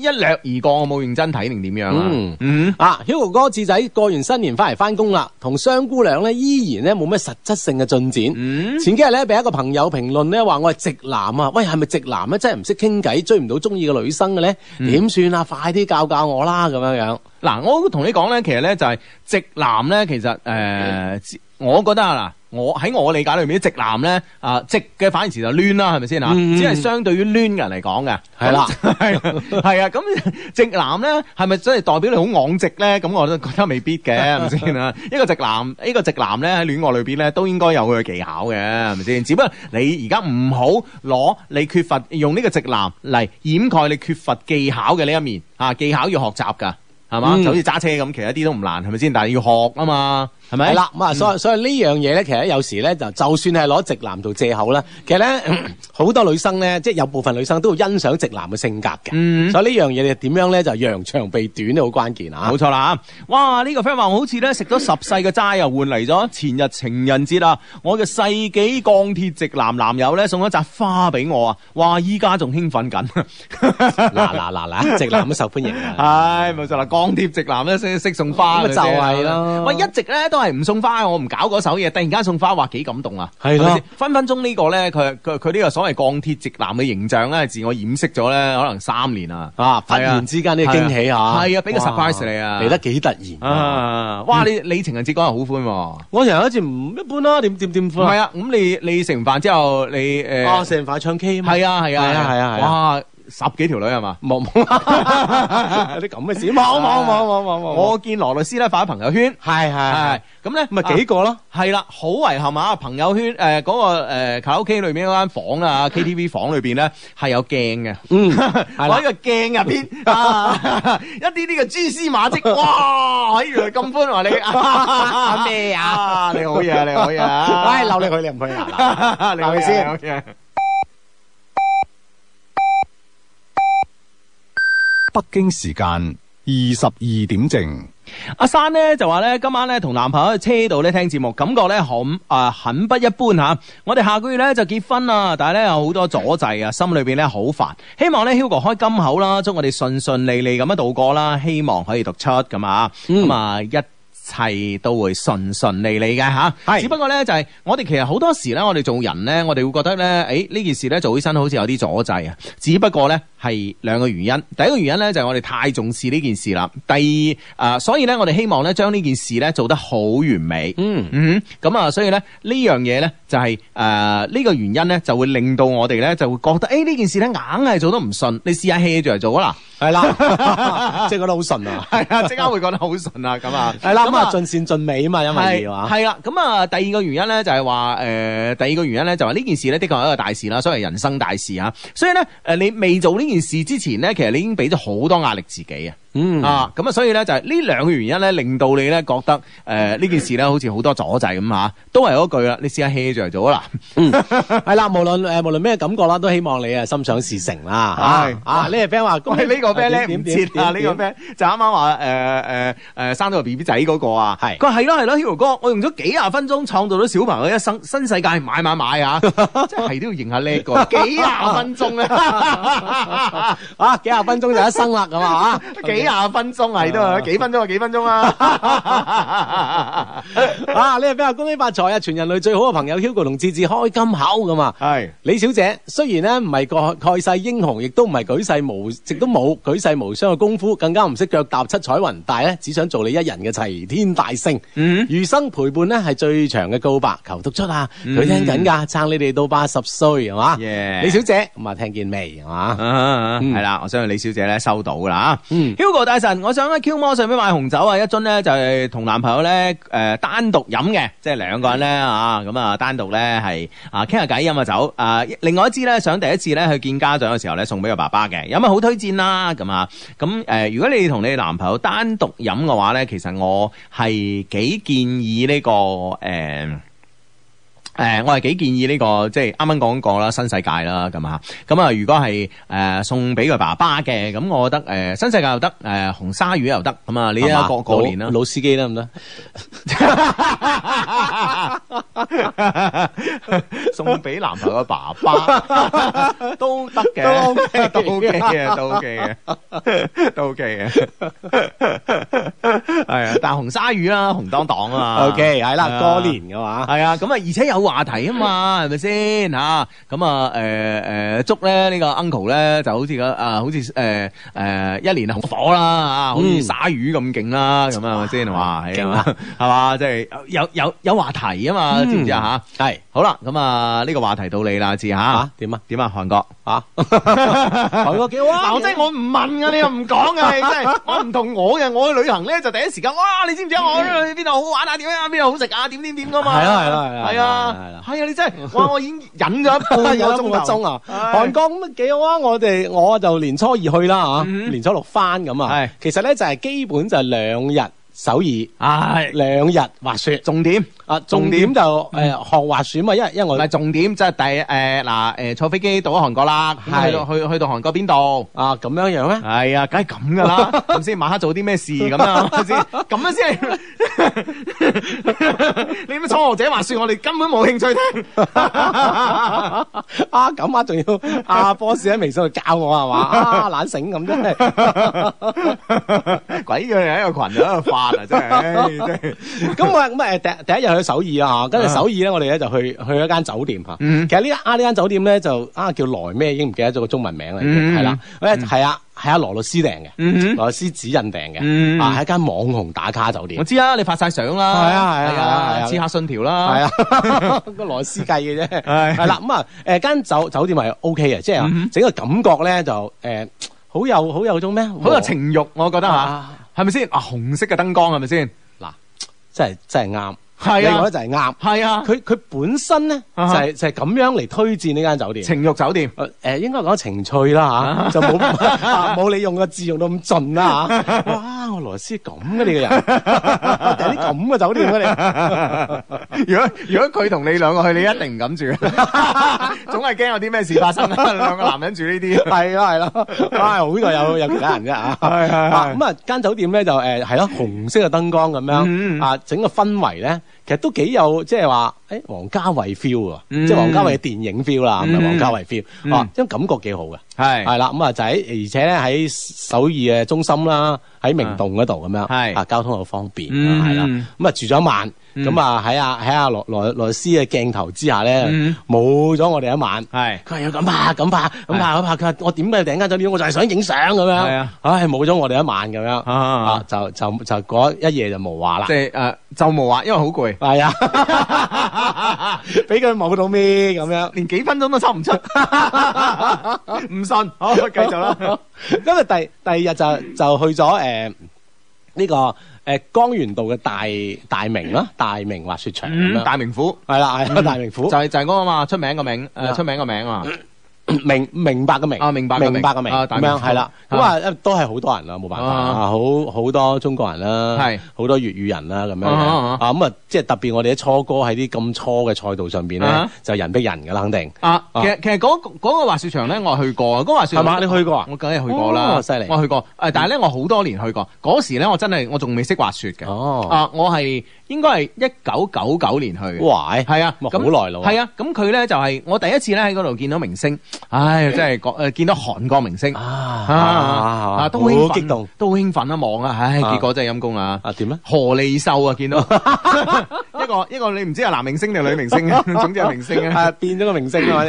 A: 一掠而過，我冇認真睇定點樣啊？
C: 嗯
A: 嗯
C: 啊，Hugo 哥智仔過完新年翻嚟翻工啦，同雙姑娘咧依然咧冇咩實質性嘅進展。
A: 嗯
C: 前幾日咧俾一個朋友評論咧話我係直男啊，喂係咪直男咧真係唔識傾偈，追唔到中意嘅女生嘅咧，
A: 嗯
C: 點算啊？快啲教教我啦咁樣樣。
A: 嗱，我同你講咧，其實咧就係直男咧，其實誒、呃
C: 嗯
A: 我覺得啊嗱，我喺我理解裏面，直男咧啊、直嘅反義詞就攣啦，係咪先啊？
C: 嗯嗯
A: 只係相對於攣嘅人嚟講嘅，
C: 係啦
A: 咁， [laughs] 係係啊，咁 [laughs] 直男咧係咪真係代表你好昂直咧？咁我都覺得未必嘅，係咪先啊？一個直男，一個直男咧喺戀愛裏邊咧都應該有佢嘅技巧嘅，係咪先？只不過你而家唔好攞你缺乏用呢個直男嚟掩蓋你缺乏技巧嘅呢一面啊，技巧要學習㗎。係嘛？
C: 嗯
A: 就好似揸車咁，其實一啲都唔難，係咪先？但係要學啊嘛，係咪？
C: 係啦，咁啊，所以所以呢樣嘢咧，其實有時咧就就算係攞直男做借口啦，其實
A: 嗯
C: 咧 [clears throat] 好多女生咧，即係有部分女生都會欣賞直男嘅性格嘅，
A: 嗯
C: 所以呢樣嘢你點樣咧就揚長避短都好關鍵啊
A: 冇。錯啦哇！呢、個 friend 話我好似咧食咗十世嘅齋啊，換嚟咗前日情人節啊，我嘅世紀鋼鐵直男男友咧送咗扎花俾我啊！哇！依家仲興奮
C: [laughs]
A: 緊，
C: 嗱嗱嗱嗱，直男都受歡迎
A: [laughs]
C: 啊！
A: 唉，冇錯啦，鋼鐵直男咧識識送花
C: 咁咪就係咯
A: 喂，一直咧都係唔送花，我唔搞嗰手嘢，突然間送花，哇，幾感動啊！
C: 係咯
A: 咪先，分分鐘呢個咧，佢佢佢呢個所謂鋼鐵直男嘅形象咧，自我掩飾咗咧，可能三年啊。
C: 啊，忽
A: 係啊
C: 然之間呢個驚喜嚇，
A: 係啊俾個
C: 哇
A: surprise 你啊
C: 嚟得幾突然啊！
A: 啊！哇！你你情人節嗰日好歡喎，
C: 我成日好似唔一般啦，點點點
A: 唔係
C: 歡啊？
A: 啊？咁你你食完飯之後，你誒
C: 哦，成塊唱 K 啊嘛，
A: 係啊係啊
C: 係啊係啊係啊
A: 哇！十幾條女係嘛？啊 [laughs]
C: 冇冇有啲咁嘅 [laughs] 事，冇冇冇冇冇冇，
A: 我見羅律師咧發喺朋友圈，
C: 係係係
A: 係，咁咧
C: 咪幾個咯？
A: 係啦，好遺憾啊！朋友圈誒嗰個誒卡拉 OK 裏面嗰間房啊，KTV
C: [laughs]
A: 房裏邊咧係有鏡嘅， [laughs]
C: 嗯，係
A: 我
C: 啦
A: 喺。個鏡入
C: [laughs]
A: 邊啊， [laughs] 一啲啲嘅蛛絲馬跡，哇！原來咁歡喎
C: [laughs]
A: 你啊咩 [laughs] 啊？你好嘢，你好嘢啊！
C: 唉，扭你去，你唔去啊？嗱
A: [laughs] 你
C: 係咪先
A: 好嘢？
D: 北京時間二十二點正。
A: 阿珊咧就話咧，今晚咧同男朋友喺車度咧聽節目，感覺咧很啊很不一般吓。我哋下個月咧就結婚啦，但係咧有好多阻滯啊，心裏邊咧好煩。希望咧 Hugo 開金口啦，祝我哋順順利利咁樣度過啦，希望可以讀出咁啊，咁啊、一切都會順順利利嘅吓，
C: 係
A: 只不過咧就係、我哋其實好多時咧，我哋做人咧，我哋會覺得咧，誒、呢件事咧做起身好似有啲阻滯啊。只不過咧係兩個原因，第一個原因咧就係我哋太重視呢件事啦。第二啊、所以咧我哋希望咧將呢件事咧做得好完美。
C: 嗯，
A: 嗯哼，咁啊，所以咧呢樣嘢咧就係誒呢個原因咧就會令到我哋咧就會覺得誒呢、件事咧硬係做得唔順，你試下 hea 住嚟做啊
C: 係啦， [laughs] 即係覺得好順啊
A: 嗱，。係啊，即刻會覺得好順啊咁啊，
C: 係啦，咁啊盡善盡美啊嘛，因為要啊，
A: 係啦，咁啊，第二個原因咧就係話，誒、第二個原因咧就話呢件事咧的確係一個大事啦，所謂呃人生大事啊。所以咧，誒、你未做呢件事之前咧，其實你已經俾咗好多壓力自己啊。
C: 嗯
A: 啊，咁啊，所以咧就係呢兩個原因咧，令到你咧覺得诶呢件事咧好似好多阻滯咁吓，都係嗰句啦，你試下 hea 住嚟做啦。
C: 系啦，無論诶无论咩感覺啦，都希望你啊心想事成啦
A: 係
C: 啊啊！呢個 friend 話，恭喜
A: 喂，呢個 friend 咧
C: 點
A: 唔切啊！呢個 friend 就啱啱話誒誒誒生咗個 B B 仔嗰個啊，
C: 係
A: 佢話係咯係咯，Hugo 哥，我用咗幾廿分鐘創造咗小朋友一生新世界，買買買 [laughs] 啊！即係都要認下呢 [laughs] 個幾廿分鐘 [laughs] 咧，
C: 啊幾廿分鐘就一生啦
A: [laughs]
C: 咁啊！
A: 幾廿分鐘係都係幾分鐘啊幾分鐘啊！
C: 啊！呢個 friend 話恭喜發財啊！全人類最好嘅朋友 Hugo 同志志開金口咁啊！
A: [laughs] 係
C: 李小姐雖然咧唔係個蓋世英雄，亦都唔係舉世無，亦都冇舉世無雙嘅功夫，更加唔識腳踏七彩雲，但係咧只想做你一人嘅齊天大聖。
A: 嗯
C: 餘生陪伴咧係最長嘅告白，求讀出啊！佢聽緊㗎，撐你哋到八十歲係嘛
A: Yeah
C: 李小姐咁啊，聽見未係嘛？嗯
A: 系啊啦，我相信李小姐咧收到噶啦吓。
C: 嗯
A: Hugo 大神，我想喺 Q 摩上边買紅酒啊，一樽咧就係同男朋友咧诶单独饮嘅，即係兩個人咧啊咁啊單獨咧係啊傾下偈飲下酒啊。另外一支咧想第一次咧去見家長嘅時候咧送俾個爸爸嘅，有乜好推薦啦咁啊咁诶，如果你同你男朋友單獨飲嘅話咧，其實我係幾建議呢、個个誒誒、我係幾建議呢、個即係啱啱講過啦，新世界啦咁嚇。咁啊，如果係誒、送俾佢爸爸嘅，咁我覺得誒、新世界又得，誒、紅鯊魚又得，咁啊，你
C: 係
A: 啊
C: 嘛
A: 過過年啦
C: 老。老司機得唔得？
A: [laughs] 送俾男朋友嘅爸 [laughs] 爸都得嘅，都 OK [laughs] 嘅，都 OK 嘅，都 OK [laughs] 嘅，係啊，但係紅鯊魚啦，紅當當啊
C: OK，係啦，
A: 係啊
C: 過年嘅 [laughs] 嘛。
A: 系啊，咁啊，而且有話題啊嘛，係咪先吓？咁啊，诶诶，祝咧呢個 uncle 咧就好似個啊，好似诶诶一年紅火啦，啊，好似
C: 嗯
A: 鯊魚咁勁啦，咁啊，係咪先？哇，係
C: 勁
A: 嘛
C: 啊，
A: 係嘛，即係有有有話題啊嘛，知唔知啊吓？
C: 係
A: 好啦，咁啊呢個話題到你啦，志吓
C: 啊，點啊？
A: 點啊，韓國？
C: 啊，韓國幾好啊！
A: 嗱， [laughs] 我真係我唔問噶，你又唔講 [laughs] 噶，你真係我唔同我嘅，我去旅行咧就第一時間，哇！你知唔知啊？我去邊度好玩啊？點樣啊？邊度好食啊？點點點噶嘛？
C: 係啦係啦係啦
A: 係啊
C: 係啦，
A: 係啊！你真係，哇！我已經忍咗 [laughs]
C: [laughs]
A: 一半
C: 有
A: 個
C: 咗半個
A: 鐘頭
C: 鐘啊！
A: 唉
C: 韓國咁幾好啊！我哋我就年初二去啦嚇，
A: 嗯
C: 年初六翻咁啊
A: 係。
C: 其實咧就係基本就係兩日首爾，
A: 唉，
C: 兩日滑雪
A: 重點嗯
C: 啊。重點就誒學滑雪嘛，因為因為
A: 唔
C: 我
A: 係重點，即係第誒嗱誒坐飛機到咗韓國啦，咁啊
C: 係
A: 去到去去到韓國邊度？
C: 啊咁樣
A: [laughs]
C: 樣咧。
A: 係啊，梗係咁噶 [laughs] 啦，咁先晚黑做啲咩事咁啊？ [laughs] 係咪先？咁樣先係， [laughs] 你啲初學者話説，我哋根本冇興趣聽。
C: [laughs] 啊咁啊，仲要阿 boss 喺微信度教我係嘛？啊懶醒咁真係。
A: [laughs] 鬼叫你喺個群度喺度發啊！真係 [laughs] 唉，真係
C: [laughs] 咁啊咁啊，第第一日去首爾啊，跟住首爾咧，我哋咧就去去一間酒店嚇。
A: 嗯
C: 其實呢一啊呢間酒店咧就啊叫萊咩已經唔記得咗個中文名啦，已經
A: 嗯
C: 係啦，咧係啊係啊羅律斯訂
A: 嗯
C: 嘅，羅律斯指引訂
A: 嗯
C: 嘅，啊係一間網紅打卡酒店
A: 我。知啦，你發晒相啦，
C: 係啊係啊係啊係啊
A: 黐下信條
C: 系
A: 啦，
C: 啊， [laughs] 個羅律斯計嘅啫，
A: 係
C: 係啦，咁啊，誒間酒酒店係 O K 嘅，即
A: 嗯哼
C: 係整個感覺咧就誒好有好有種咩，好
A: 好有情慾，我覺得嚇，
C: 啊，
A: 係咪先？啊，紅色嘅燈光係咪先？
C: 真係真係啱，
A: 係
C: 你講
A: 啊
C: 得，就係啱，
A: 係啊，
C: 佢佢本身咧就
A: 啊哈
C: 係就係咁樣嚟推薦呢間酒店。
A: 情慾酒店。
C: 誒誒應該講情趣啦嚇，就冇 [laughs] 啊冇你用個字用到咁盡啦嚇。哇！我羅斯咁嘅你個人，第啲咁嘅酒店嘅你，
A: [laughs] 如果如果佢同你兩個去，你一定唔敢 [laughs] 住，總係驚有啲咩事發生 [laughs] 啊！兩個男人住呢啲，
C: 係啦係啦，唉好在有有其他人啫嚇。
A: 係係係
C: 啊咁啊間酒店咧就誒係咯紅色嘅燈光咁
A: 嗯嗯
C: 樣啊，整個氛圍咧其實都幾有即係話誒王家衞 feel 啊，
A: 嗯
C: 即係王家衞嘅電影 feel 啦，唔係王家衞 feel 啊
A: 嗯，
C: 因為感覺幾好嘅。
A: 係
C: 係啦，咁啊就喺而且咧喺首爾嘅中心啦，喺明洞嗰度咁樣，
A: 係
C: 啊交通又方便，
A: 嗯
C: 係啦，咁啊住咗一晚，
A: 嗯
C: 咁啊喺啊喺阿羅羅羅斯嘅鏡頭之下咧
A: 嗯，
C: 冇咗我哋一晚。
A: 係。
C: 佢話要咁拍咁拍咁拍咁拍，佢話我點解要訂間酒店？我就係想影相咁樣。
A: 係啊，
C: 唉冇咗我哋一晚咁樣，
A: 啊
C: 啊就就就嗰一夜就無話啦
A: 即。係誒就無話，因為好攰，
C: 係啊， [laughs] 俾佢冇到咩咁樣。
A: 連幾分鐘都抽 [laughs] 唔出，唔信，好繼續啦。
C: 因為第第二日就就去咗诶呢個诶、呃江原道嘅大大明啦，大明滑雪場咁
A: 嗯，
C: 樣，
A: 大名府
C: 係啦係啦，大明
A: 就
C: 府
A: 係就係嗰個嘛，出名個名，誒
C: 哦啊
A: 出名個名啊嘛，
C: 明明白嘅明
A: 啊明白嘅明
C: 明白嘅明
A: 啊大
C: 咁
A: 明
C: 樣係啦，咁
A: 白
C: 啊都係好多人啦，冇辦法
A: 啊
C: 啊，好好多中國人啦，
A: 係
C: 好多粵語人啦咁樣
A: 啊啊
C: 嘅
A: 啊
C: 啊，咁啊即係特別我哋啲初哥喺啲咁初嘅賽道上邊咧
A: 啊，
C: 就人逼人噶啦，肯定
A: 啊，
C: 啊
A: 其實其實嗰嗰個滑雪場咧，我係去過啊，嗰個滑雪
C: 係
A: 場
C: 嘛？你去過啊？
A: 我梗係去過啦，
C: 哦犀利
A: 我去過，誒，但係咧，我好多年去過，嗰時咧，我真係我仲未識滑雪嘅，
C: 哦，
A: 啊，我係應該係一九九九年去嘅。
C: 哇！係
A: 係啊，
C: 咪
A: 咁
C: 好耐咯喎
A: 係啊，咁佢咧就係我第一次咧喺嗰度見到明星，唉，真係誒見到韓國明星
C: 啊
A: 啊啊，都好興奮
C: 好激動
A: 都好興奮啊望啊，唉，
C: 啊
A: 結果真係陰公啦。
C: 啊！點咧？
A: 何利秀啊，見到 [laughs] 一個一個你唔知係男明星定女明星
C: [laughs]
A: 啊，總之係明星啊
C: 啊，。變咗個
A: [laughs]
C: 明星啊！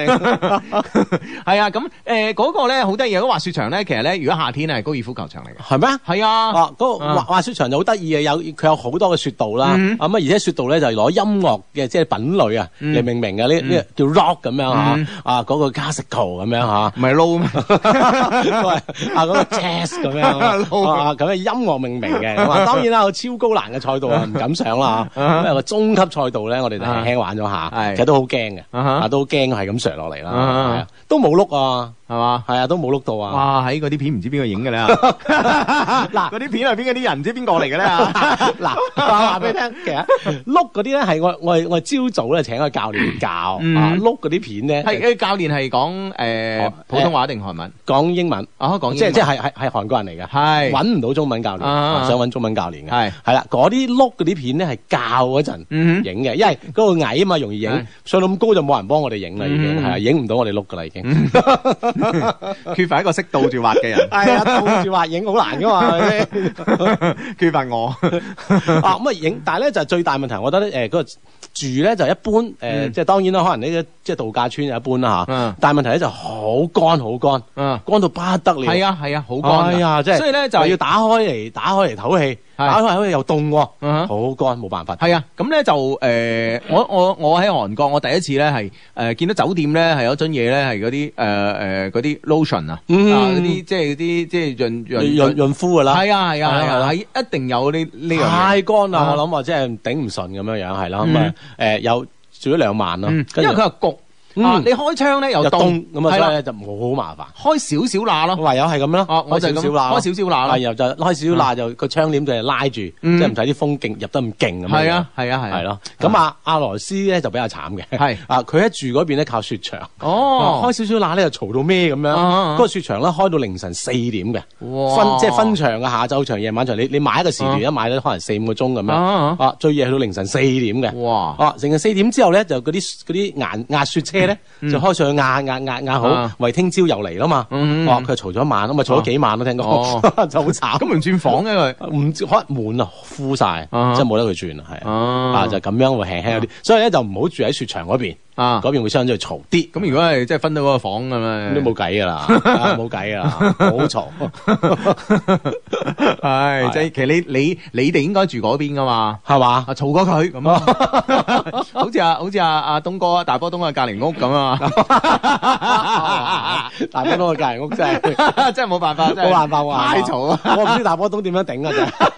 A: 係啊，咁誒嗰個咧好得意，嗰個滑雪場咧，其實咧如果夏天係高爾夫球場嚟嘅。
C: 係咩？
A: 係啊，
C: 哦，嗰個
A: 啊
C: 滑滑雪場就好得意嘅，有佢有好多嘅雪道啦，
A: 嗯
C: 咁啊，而且雪道咧就係攞音樂嘅即係品類啊，
A: 嗯
C: 你明唔明啊？呢呢叫 rock 咁樣
A: 嗯
C: 嚇，啊嗰個 classical 咁樣嚇。
A: [laughs] 唔係撈
C: [laughs]
A: 咩？
C: 啊嗰個 jazz 咁樣
A: [laughs]
C: 啊，咁啊音樂命名嘅，咁啊當然啦，有超高難嘅賽道啊，唔敢
A: [laughs]
C: 上啦，咁有個中級賽道咧，我哋就輕輕玩咗下，
A: 係
C: 其實都好驚嘅，
A: 啊哈
C: 啊都驚係咁上落嚟啦，
A: 啊哈
C: 係啊都冇碌啊，
A: 係嘛？
C: 係啊都冇碌到啊。
A: 哇！喺嗰啲片唔知邊個影嘅
C: [laughs]
A: 咧？嗱，嗰啲片入邊嗰啲人唔知邊個嚟嘅咧？啊
C: [laughs] 嗱，我話俾你聽，其
A: [laughs]
C: 實碌嗰啲咧係我我我朝早咧請個教練教，
A: 嗯
C: 啊碌嗰啲片咧
A: 係誒教練係講誒
C: 哦
A: 呃普通話定韓文？
C: 講英文，
A: 啊，講
C: 即係即
A: 係
C: 係係係韓國人嚟嘅，
A: 係
C: 揾唔到中文教練，
A: 啊啊啊
C: 想揾中文教練嘅，
A: 係
C: 係啦，嗰啲碌嗰啲片咧係教嗰陣
A: 嗯哼
C: 影嘅，因為嗰個矮啊嘛，容易
A: 係
C: 影，上到咁高就冇人幫我哋影啦，已經
A: 嗯
C: 係啊，影唔到我哋碌噶啦已經。，
A: 缺乏一個識倒住滑嘅人
C: [laughs] 係啊，倒住滑影好難噶嘛，
A: [laughs]
C: 係咪先
A: 缺乏我。 [laughs]
C: 啊咁啊影，但係咧就最大問題，我覺得咧誒嗰個住咧就一般，誒、
A: 嗯
C: 即係當然啦，可能呢啲即係度假村就一般啦嚇，
A: 嗯
C: 但係問題咧就好乾好乾，
A: [laughs] 嗯，
C: 乾到不得了。
A: 係啊係啊，好乾㗎。
C: 哎呀，真係，
A: 所以咧就
C: 又要打開嚟打開嚟唞氣，
A: 係
C: 打開嚟唞氣又凍喎，好
A: 嗯哼
C: 乾冇辦法。
A: 係啊，咁咧就誒、呃我我我喺韓國，我第一次咧係誒見到酒店咧係有樽嘢咧係嗰啲誒誒嗰啲 lotion 啊，
C: 嗯
A: 啊嗰啲即係嗰啲即係潤
C: 潤
A: 潤
C: 潤潤膚㗎啦，
A: 係啊係啊係
C: 係
A: 啊，
C: 啊
A: 係、一定有呢呢樣嘢。
C: 太乾啦，
A: 啊
C: 我諗我真係頂唔順咁樣樣，係啦，咁
A: 嗯
C: 啊誒又住咗兩晚啦，
A: 嗯因
C: 跟
A: 為
C: 住
A: 佢又焗、
C: 嗯
A: 啊，你開窗咧又
C: 又
A: 凍
C: 凍
A: 係
C: 咁啊，所以
A: 啦
C: 咧就好麻煩。
A: 開少少罅
C: 我
A: 咯。
C: 唯有係咁啦，
A: 啊，我就係
C: 開
A: 咁
C: 少少啦，
A: 開少少罅
C: 啊，
A: 咯。
C: 然後就開少少罅就個窗簾就係拉住，即
A: 嗯
C: 係唔使啲風勁入得咁勁咁樣。
A: 係啊，係啊，係。
C: 係。咯。咁啊，阿羅斯咧就比較慘嘅，
A: 係
C: 啊，佢喺住嗰邊咧靠雪場，
A: 哦，
C: 開少少罅咧就嘈到咩咁樣。
A: 啊啊
C: 嗰個雪場咧開到凌晨四點嘅，
A: 哇
C: 分即係分場嘅下晝場、夜晚場。你你買一個時段一買咧，可能四五個鐘咁樣，
A: 啊
C: 啊，最夜去到凌晨四點嘅。
A: 哇！
C: 哦，成日四點之後咧，就嗰啲嗰啲壓壓雪車咧，就開上去壓壓壓壓好
A: 嗯啊，
C: 為聽朝又嚟啦嘛。
A: 嗯
C: 哦，佢嘈咗一晚啊嘛，嘈咗幾晚都聽
A: 哦
C: 講， [laughs] 就好
A: 咁
C: 慘。
A: 唔轉房嘅佢。
C: 唔知可能滿啊，敷晒，
A: 啊
C: 真係冇得佢轉啦，係啊
A: 啊
C: 啊，就咁樣會輕輕有啲，所以咧就唔好住喺雪場嗰邊，
A: 啊，
C: 嗰邊會相對嘈啲，
A: 咁如果係即係分到嗰個房咁啊，
C: 咁都冇計噶啦，啊冇計噶啦，好嘈。
A: [laughs]
C: [laughs]
A: 唉，即係其實你你你哋應該住嗰邊噶嘛。
C: 係嘛？
A: 啊，嘈過佢咁
C: 哦
A: 啊， [laughs] 好似啊，好似啊，阿東哥啊，大波東啊， [laughs] 隔離屋咁啊，
C: [laughs] 大波東嘅隔離屋真係
A: 真係冇辦 [laughs] 法，真係
C: 冇辦法喎，
A: 太嘈啊，
C: 我唔知大波東點樣頂啊，真係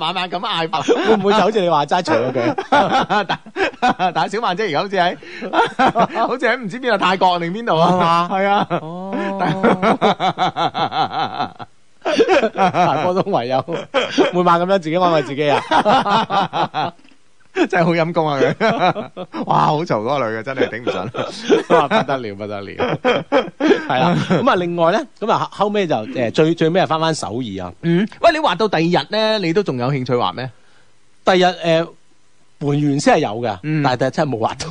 A: [laughs]
C: [laughs]
A: 晚晚咁嗌法，
C: 會唔會就好似你話齋嘈
A: [laughs]
C: 咗佢？
A: 打打小曼姐而家好似喺， [laughs] 好似喺唔知邊度泰國定邊度啊，係啊，哦。
C: 大波東
A: [laughs]
C: 唯有每晚咁樣自己安慰自己啊！
A: [laughs] 真係好陰功啊佢， [laughs] 哇好嘈嗰個女嘅真係頂唔
C: [laughs]
A: 順， [laughs]
C: 哇，不得了，不得了，係啦。咁啊，另外咧，咁啊後尾就誒最最尾係翻翻首爾啊。
A: 嗯，喂你滑到第二日咧，你都仲有興趣滑咩？
C: 第日誒盤完先係有嘅，
A: 嗯
C: 但係第日真係冇滑
A: [laughs]
C: 到。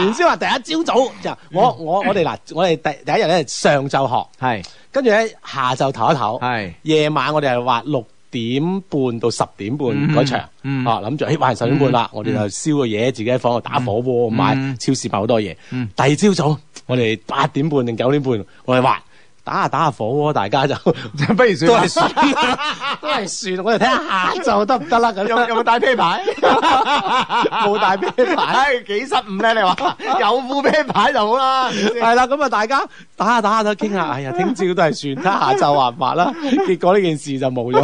C: 原先話第一朝早就我我我哋嗱，我哋第第一日咧上晝學，
A: 係
C: 跟住咧下晝唞一唞，
A: 係。
C: 夜晚我哋係滑六點半到十點半嗰場，
A: 嗯
C: 啊諗住，誒哇十點半啦，我哋就燒個嘢，自己喺房度打火鍋，買超市買好多嘢。
A: 嗯
C: 第二朝早我哋八點半定九點半，我哋滑打下打下火鍋，大
A: [laughs]
C: 家就
A: [laughs] 不如
C: 都
A: 算啦
C: 係算， [laughs] 都係算，我哋睇下下晝得唔得啦咁
A: 有 [laughs]
C: 樣。
A: 有冇帶啤牌？
C: 冇帶啤牌，
A: [laughs] 唉，幾失誤咧？你 [laughs] 話有副啤牌就好啦。
C: [laughs] 系啦，咁啊，大家打下打下都傾下，
A: [laughs]
C: 哎呀，聽朝都係算，睇下晝滑唔滑啦。結果呢件事就冇咗，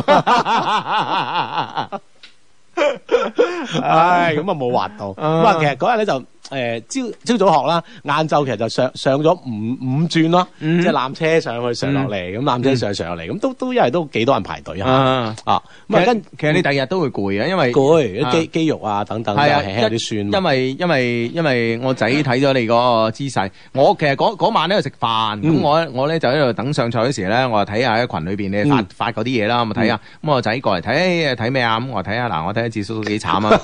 C: 唉，咁啊冇滑到。咁啊，其實嗰日咧就诶朝朝早學啦，晏晝其實就上上咗五五轉咯，
A: 嗯
C: 即係纜車上去上落嚟，咁纜車上上落嚟，咁都都因為都幾多人排隊啊，
A: 啊，
C: 啊
A: 咁
C: 咁
A: 啊
C: 啊跟
A: 其實你第日都會攰嘅，因為
C: 攰
A: 啊
C: 肌肌肉啊等等，
A: 係啊，
C: 就輕輕有啲酸
A: 因
C: 喎。
A: 因為因為因為我仔睇咗你嗰個姿勢，我其實嗰嗰晚咧食飯，咁
C: 嗯
A: 我我咧就喺度等上菜嗰時咧，我就睇下喺群裏邊你發
C: 嗯
A: 發嗰啲嘢啦，咁啊睇下，咁我仔過嚟睇誒睇咩啊，咁我睇下嗱，我睇下智叔叔幾慘啊，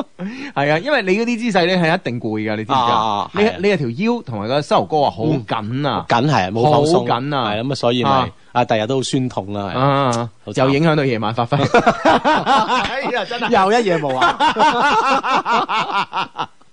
C: [laughs]
A: 係啊，因為你嗰啲姿勢咧係一定攰噶，你知唔知啊
C: 啊？
A: 你
C: 係啊
A: 你係條腰同埋個膝頭哥啊好
C: 嗯
A: 緊啊，
C: 緊係冇放鬆，
A: 好緊啊
C: 係啦咁啊，所以
A: 啊
C: 咪啊，第日都好酸痛啦，係
A: 啊，
C: 好慘
A: 又影響到夜晚發
C: [laughs]
A: 揮，哎呀真係。
C: 又一夜冇
A: [laughs]
C: 啊！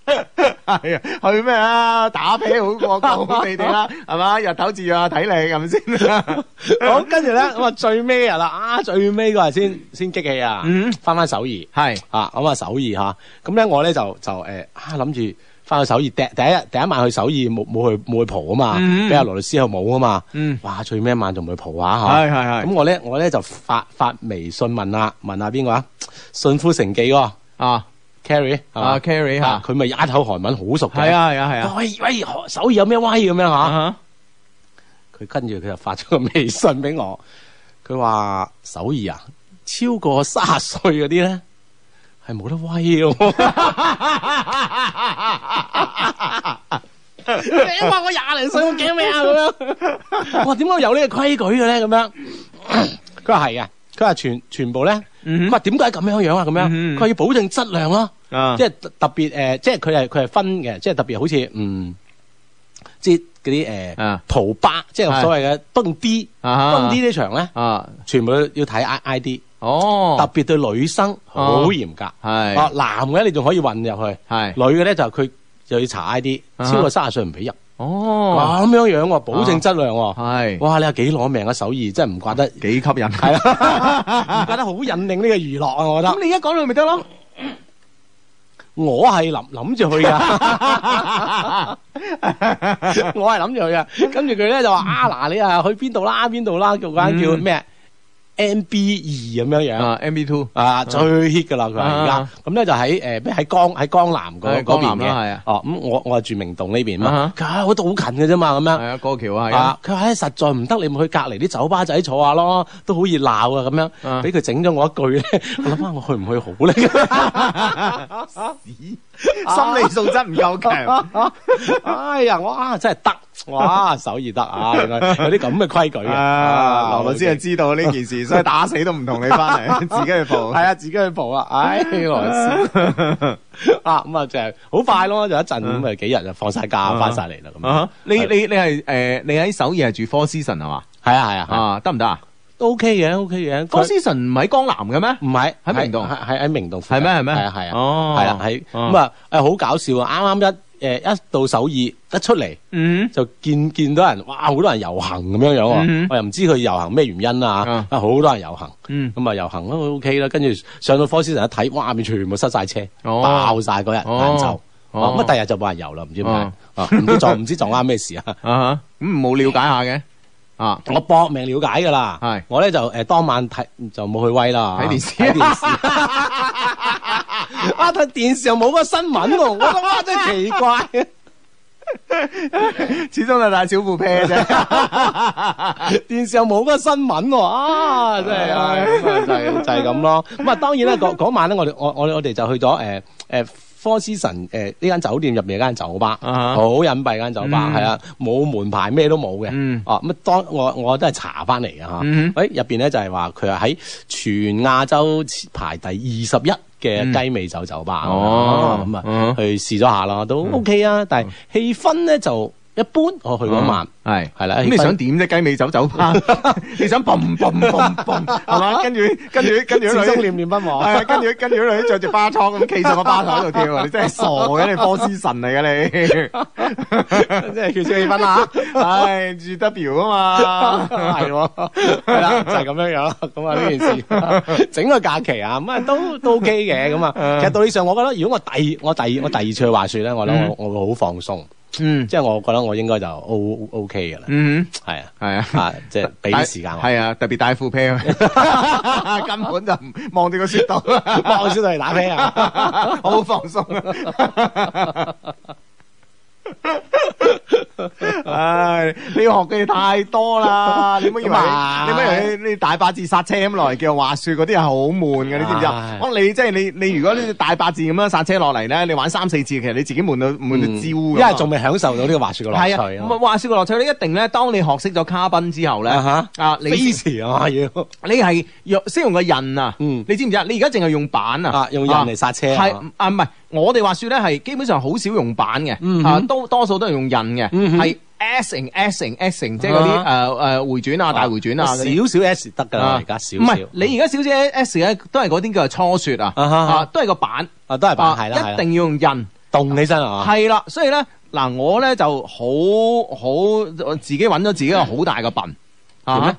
A: 系啊，去咩啊？打啤好過講好地地 [laughs] 啦，係嘛？日頭自啊睇你係咪先？
C: 好，跟住咧咁啊，最尾啊啦，啊最尾嗰日先先激氣啊
A: 嗯，
C: 翻翻首爾。
A: [laughs] 係
C: 啊，咁啊首爾嚇，咁咧我咧就就誒啊諗住翻去首爾，第第一第一晚去首爾冇冇去冇去蒲啊嘛，
A: 嗯
C: 俾阿羅律師去舞啊嘛，
A: 嗯
C: 哇最尾一晚仲未去蒲啊嚇，
A: 係係
C: 咁
A: 係
C: 我咧我咧就發發微信問啦，問下邊個啊？信夫城記嗰
A: 啊
C: 個 Carrie 係嘛
A: 啊 Carrie 吓
C: 啊，佢咪一口韓文好熟嘅，
A: 係，啊係啊係啊
C: 喂喂首爾有咩威咁樣嚇？
A: 啊
C: 佢跟住佢就發咗個微信俾我，佢話首爾啊，超過卅歲嗰啲咧係冇得威嘅喎。你話我廿零歲，我驚咩啊？咁樣，我點解有呢個規矩嘅咧？咁樣，佢話係啊，佢話全全部咧，
A: 嗯哼
C: 咁啊點解咁樣樣啊？咁樣，
A: 嗯
C: 佢話要保證質量咯。
A: 啊
C: 即係特特別誒、呃即係佢係佢係分嘅，即係特別好似嗯，即係嗰啲誒
A: 啊
C: 蒲吧，即
A: 係
C: 係所謂嘅蹦迪，
A: 啊哈
C: 蹦迪呢場咧，
A: 啊
C: 全部都要睇 I I D，
A: 哦，
C: 特別對女生好嚴格。哦
A: 係，
C: 男嘅你仲可以混入去，
A: 係
C: 女嘅咧就佢就要查 I D，
A: 啊哈
C: 超過三十歲唔俾入。
A: 哦啊
C: 哇咁樣樣喎，保證質量喎。
A: 係
C: 哇！你有幾攞命啊？首爾真係唔
A: [laughs]
C: 怪得，
A: 幾吸引 [laughs]
C: 係啦，唔怪得好引領呢個娛樂啊！我覺得
A: 啊咁你而家講到咪得咯？
C: 我係諗諗住
A: [laughs]
C: 去㗎。我係諗住佢嘅，跟住佢咧就
A: 嗯
C: 話啊嗱，你啊去邊度啦，邊度啦，叫間叫咩 MB 二咁樣樣
A: 啊 M B Two
C: 啊，最 hit 噶啦佢話而
A: 啊
C: 家，咁咧就喺诶咩喺江喺江南
A: 係
C: 嗰嗰
A: 江
C: 邊
A: 南啦係
C: 嘅
A: 啊，
C: 哦咁我我係住明洞呢邊
A: 啊
C: 嘛，佢話我都好近嘅啫嘛
A: 係
C: 咁樣。
A: 啊，過橋啊係啊
C: 啊！佢話咧實在唔得，你咪去隔離啲酒吧仔坐下咯，都好熱鬧啊咁
A: 啊
C: 樣。俾佢整咗我一句咧，我諗下我去唔去好咧？
A: 心理素質唔夠強，
C: [laughs] 哎呀，我啊真係得，哇手艺得啊，原來有啲咁嘅規矩嘅。
A: 啊，羅律師就
C: 啊
A: 知道呢件 [laughs] 事，所以打死都唔同你翻 [laughs] 嚟，自己去哎蒲
C: 系。啊，自己去蒲 [laughs] 啊，唉，羅斯啊，咁啊就係好快咯，就一陣咁啊幾日就放晒假，翻晒嚟啦咁
A: 啊
C: 啊，
A: 哈！你你你係誒你喺首爾係住 Four Season 係嘛？
C: 係啊係啊係啊，
A: 啊，得唔得啊
C: 都 OK 嘅，OK 嘅，
A: ？Four
C: 佢
A: Season 唔喺江南嘅咩？
C: 唔係
A: 喺明洞
C: 係係喺明洞附
A: 係
C: 近，
A: 咩係咩
C: 係啊係啊，
A: 哦
C: 係啊喺
A: 哦
C: 咁啊誒好搞笑啊！啱啱一誒一到首爾一出嚟。
A: 嗯，
C: 就見見到人，哇！好多人遊行咁樣樣喎，
A: 嗯
C: 我又唔知佢遊行咩原因
A: 啊
C: 啊，啊好多人遊行，
A: 嗯
C: 咁啊遊行都 OK 啦，跟住上到科斯城一睇，哇！面全部塞晒車，
A: 哦
C: 爆晒嗰日晏晝
A: 哦，
C: 啊
A: 哦
C: 咁啊第日就冇人遊啦，唔知點
A: 哦
C: 解，啊唔知撞唔知撞啱咩事啊！
A: 啊哈咁冇了解下嘅啊，
C: 我搏命了解㗎啦，
A: 係
C: 我咧就誒當晚睇就冇去威啦，
A: 啊睇電視
C: 睇電視啊睇電視又冇嗰個新聞喎，我覺得哇真係奇怪。
A: [laughs] 始終係大小副啤啫。
C: [laughs] 電視又冇嗰個新聞喎，啊，真係啊，咁啊就係就係咁咯。咁啊，當然啦，嗰嗰晚咧，我哋我我我哋就去咗呃誒誒科斯神誒呃呢間酒店入面有間酒吧，
A: 啊哈
C: 好隱蔽間酒吧，
A: 嗯
C: 係啊，冇門牌，咩都冇嘅
A: 嗯。
C: 哦，咁啊當我我都係查翻嚟嘅嚇
A: 嗯。
C: 誒入邊咧就係話佢係喺全亞洲排第二十一
A: 嗯
C: 嘅雞尾酒酒吧。
A: 哦
C: 咁
A: 嗯
C: 啊去試咗下啦，都 OK 啊，但係氣氛咧就一般。我去嗰晚。
A: 係
C: 係啦
A: 咁你
C: 氣氛啊
A: 想點啫？雞尾酒酒吧， [laughs] 你想嘣嘣嘣嘣係嘛？跟住跟住
C: [laughs]
A: 跟住
C: 始
A: 啲
C: 終
A: 女
C: 念念不忘
A: 係啊，跟住跟住啲女着住花倉咁企上個吧台度跳
C: [laughs]
A: 啊！你真係傻嘅，你波斯神嚟嘅你。
C: 即係叫小
A: 啊
C: 氣氛啊啦，
A: 唉，G W
C: [laughs]
A: 啊嘛，
C: 係喎，係啦，就係咁樣樣啦。咁啊呢件事，整個假期啊，咁啊都
A: [laughs] 嗯
C: 都 OK 嘅咁啊。其實道理上，我覺得如果我第我第我第二次去滑雪咧，我諗我我會好放鬆。
A: 嗯
C: 即係我覺得我應該就 O O K 嘅啦，
A: 嗯，
C: 係啊，
A: 系啊。
C: 啊，即係俾啲時間我，
A: 系啊，特別大
C: [laughs]
A: 副啤，根本就唔望住個雪
C: [laughs]
A: 度，
C: 我先嚟打啤啊！
A: [laughs] 好放鬆
C: [laughs]
A: 啊！唉，你要學嘅嘢太多啦！你唔好以為
C: 咁啊
A: 你唔好以為你你大八字剎車咁落嚟叫滑雪嗰啲係好悶嘅，你知唔知啊
C: 唉？
A: 我你即係你你如果你大八字咁樣剎車落嚟咧，你玩三四次，其實你自己悶到悶到焦㗎啊
C: 因
A: 嘛
C: 為嗯仲未享受到呢個滑雪嘅樂
A: 係
C: 趣
A: 啊，唔係話說個樂趣咧，一定咧，當你學識咗卡賓之後咧，
C: 啊
A: 啊，
C: 你
A: 你
C: 飛時啊嘛要
A: 你係用先用個印啊，
C: 嗯
A: 你知唔知啊？你而家淨係用板啊，
C: 啊用印嚟剎車啊
A: 係啊，唔係我哋話說咧係基本上好少用板嘅，啊多多數都係用印嘅，
C: 嗯嗯哼啊
A: 係 S 型 S 型 S 型，即係嗰啲誒誒回轉啊、大回轉啊嗰啲。啊
C: 少少 S 得㗎啦，而家少
A: 唔
C: 少
A: 係，你而家小姐 S 咧，都係嗰啲叫做初雪啊，
C: 啊哈
A: 啊都係個板，
C: 啊都係扮係啦，係
A: 一
C: 啦
A: 定要用印。
C: 動起身啊嘛，
A: 係啦，所以咧嗱，我咧就好好我自己揾咗自己個好大嘅笨
C: 點咧
A: 啊！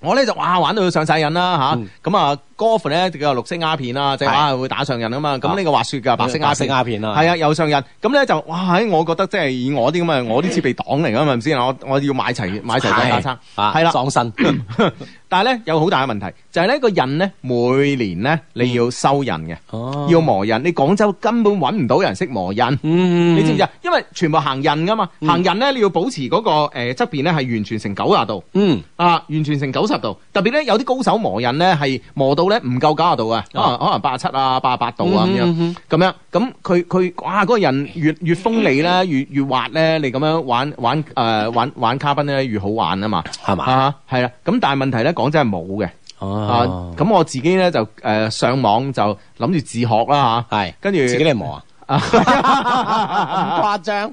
A: 我咧就哇玩到佢上晒癮啦
C: 嗯
A: 吓，咁啊 golf 咧就叫綠色鴉片啦，即係
C: 係
A: 哇會打上癮啊嘛。咁
C: 啊
A: 呢個滑雪嘅白色
C: 白
A: 鴉
C: 色
A: 片，
C: 鴉片啊，
A: 係啊有上癮。咁咧就哇喺我覺得即係以我啲咁嘅我啲設備黨嚟㗎嘛，係咪先？我我要買齊買齊架架撐。
C: 啊，
A: 係啦 [coughs]
C: 裝身
A: 但係咧有好大嘅問題，就係呢個印咧每年咧你要收印嘅，
C: 嗯哦
A: 要磨印。你廣州根本揾唔到人識磨印。
C: 嗯
A: 你知唔知啊？因為全部行印噶嘛，行印咧你要保持嗰、個誒側邊咧係完全成九廿度
C: 嗯
A: 啊，完全成九十度。特別咧有啲高手磨印咧係磨到咧唔夠九廿度啊，
C: 哦
A: 可能可能八七啊、八八度
C: 嗯
A: 啊咁樣咁樣。咁佢佢哇嗰個人越越鋒利咧，越越滑咧，你咁樣玩玩誒、呃玩玩卡賓咧越好玩啊嘛
C: 係嘛
A: 啊係啦。咁但係問題咧講真係冇嘅啊
C: 哦。
A: 咁我自己咧就誒、呃上網就諗住自學啦嚇，
C: 係
A: 跟住
C: 自己嚟磨
A: 啊。
C: 啊，誇張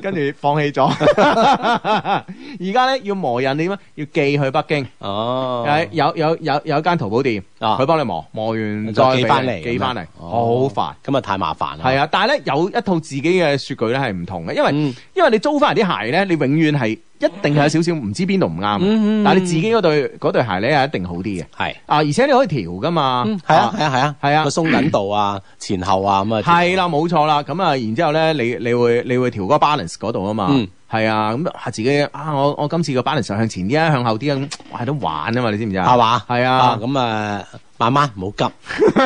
A: 跟住放棄咗。 [laughs] 而家咧要磨人點啊？要寄去北京，
C: 哦
A: 誒有有有有一間淘寶店，
C: 啊
A: 佢幫你磨，磨完
C: 再
A: 再
C: 寄
A: 俾
C: 翻
A: 你
C: 嚟，
A: 寄翻嚟，好
C: 哦
A: 煩。
C: 咁啊太麻煩啦，
A: 係啊，但係咧有一套自己嘅雪具咧係唔同嘅，因為
C: 嗯
A: 因為你租翻嚟啲鞋咧，你永遠係一定係有少少唔知邊度唔啱
C: 嗯嗯，
A: 但係你自己嗰對嗰對鞋咧係一定好啲嘅。
C: 係。
A: 啊，而且你可以調噶嘛，
C: 係啊係啊係啊
A: 係嗯啊
C: 個鬆緊度啊前後啊咁啊
A: 係啦，冇錯啦。咁啊，然之後咧，你你會你會調嗰個 balance 嗰度啊嘛
C: 嗯。
A: 係啊，咁啊自己啊，我我今次個 balance 向前啲啊，向後啲啊，咁我喺度玩啊嘛，你知唔知啊？
C: 係嘛
A: 係
C: 啊
A: 啊，
C: 咁啊慢慢唔好
A: [laughs]
C: 急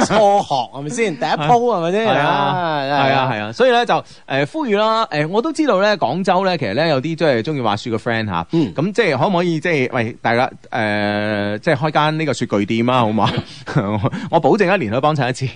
C: 初學係咪先第一鋪係咪先
A: 係啊，
C: 真
A: 係啊，係啊，所以咧就誒呼籲啦，誒我都知道咧，廣州咧其實咧有啲即係中意滑雪嘅 friend 嚇，
C: 嗯
A: 咁即係可唔可以即係喂大家誒即係開間呢個雪具店啊，好嘛？我 [laughs] 我保證一年去幫
C: [laughs]
A: 襯一次，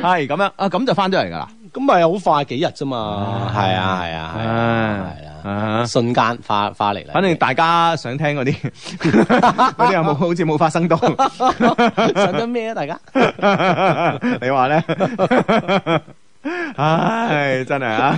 A: 係咁樣啊，咁就翻咗嚟㗎啦。
C: 咁咪好快幾日啫嘛，係啊係啊係啊
A: 啊
C: 係啦，
A: 啊
C: 瞬間化化嚟啦，
A: 反正大家想聽嗰啲， [laughs] 嗰啲有冇好似冇發生到？ [laughs]
C: [laughs] 想緊咩啊大家？
A: 你話咧？ [laughs] 唉，真係啊！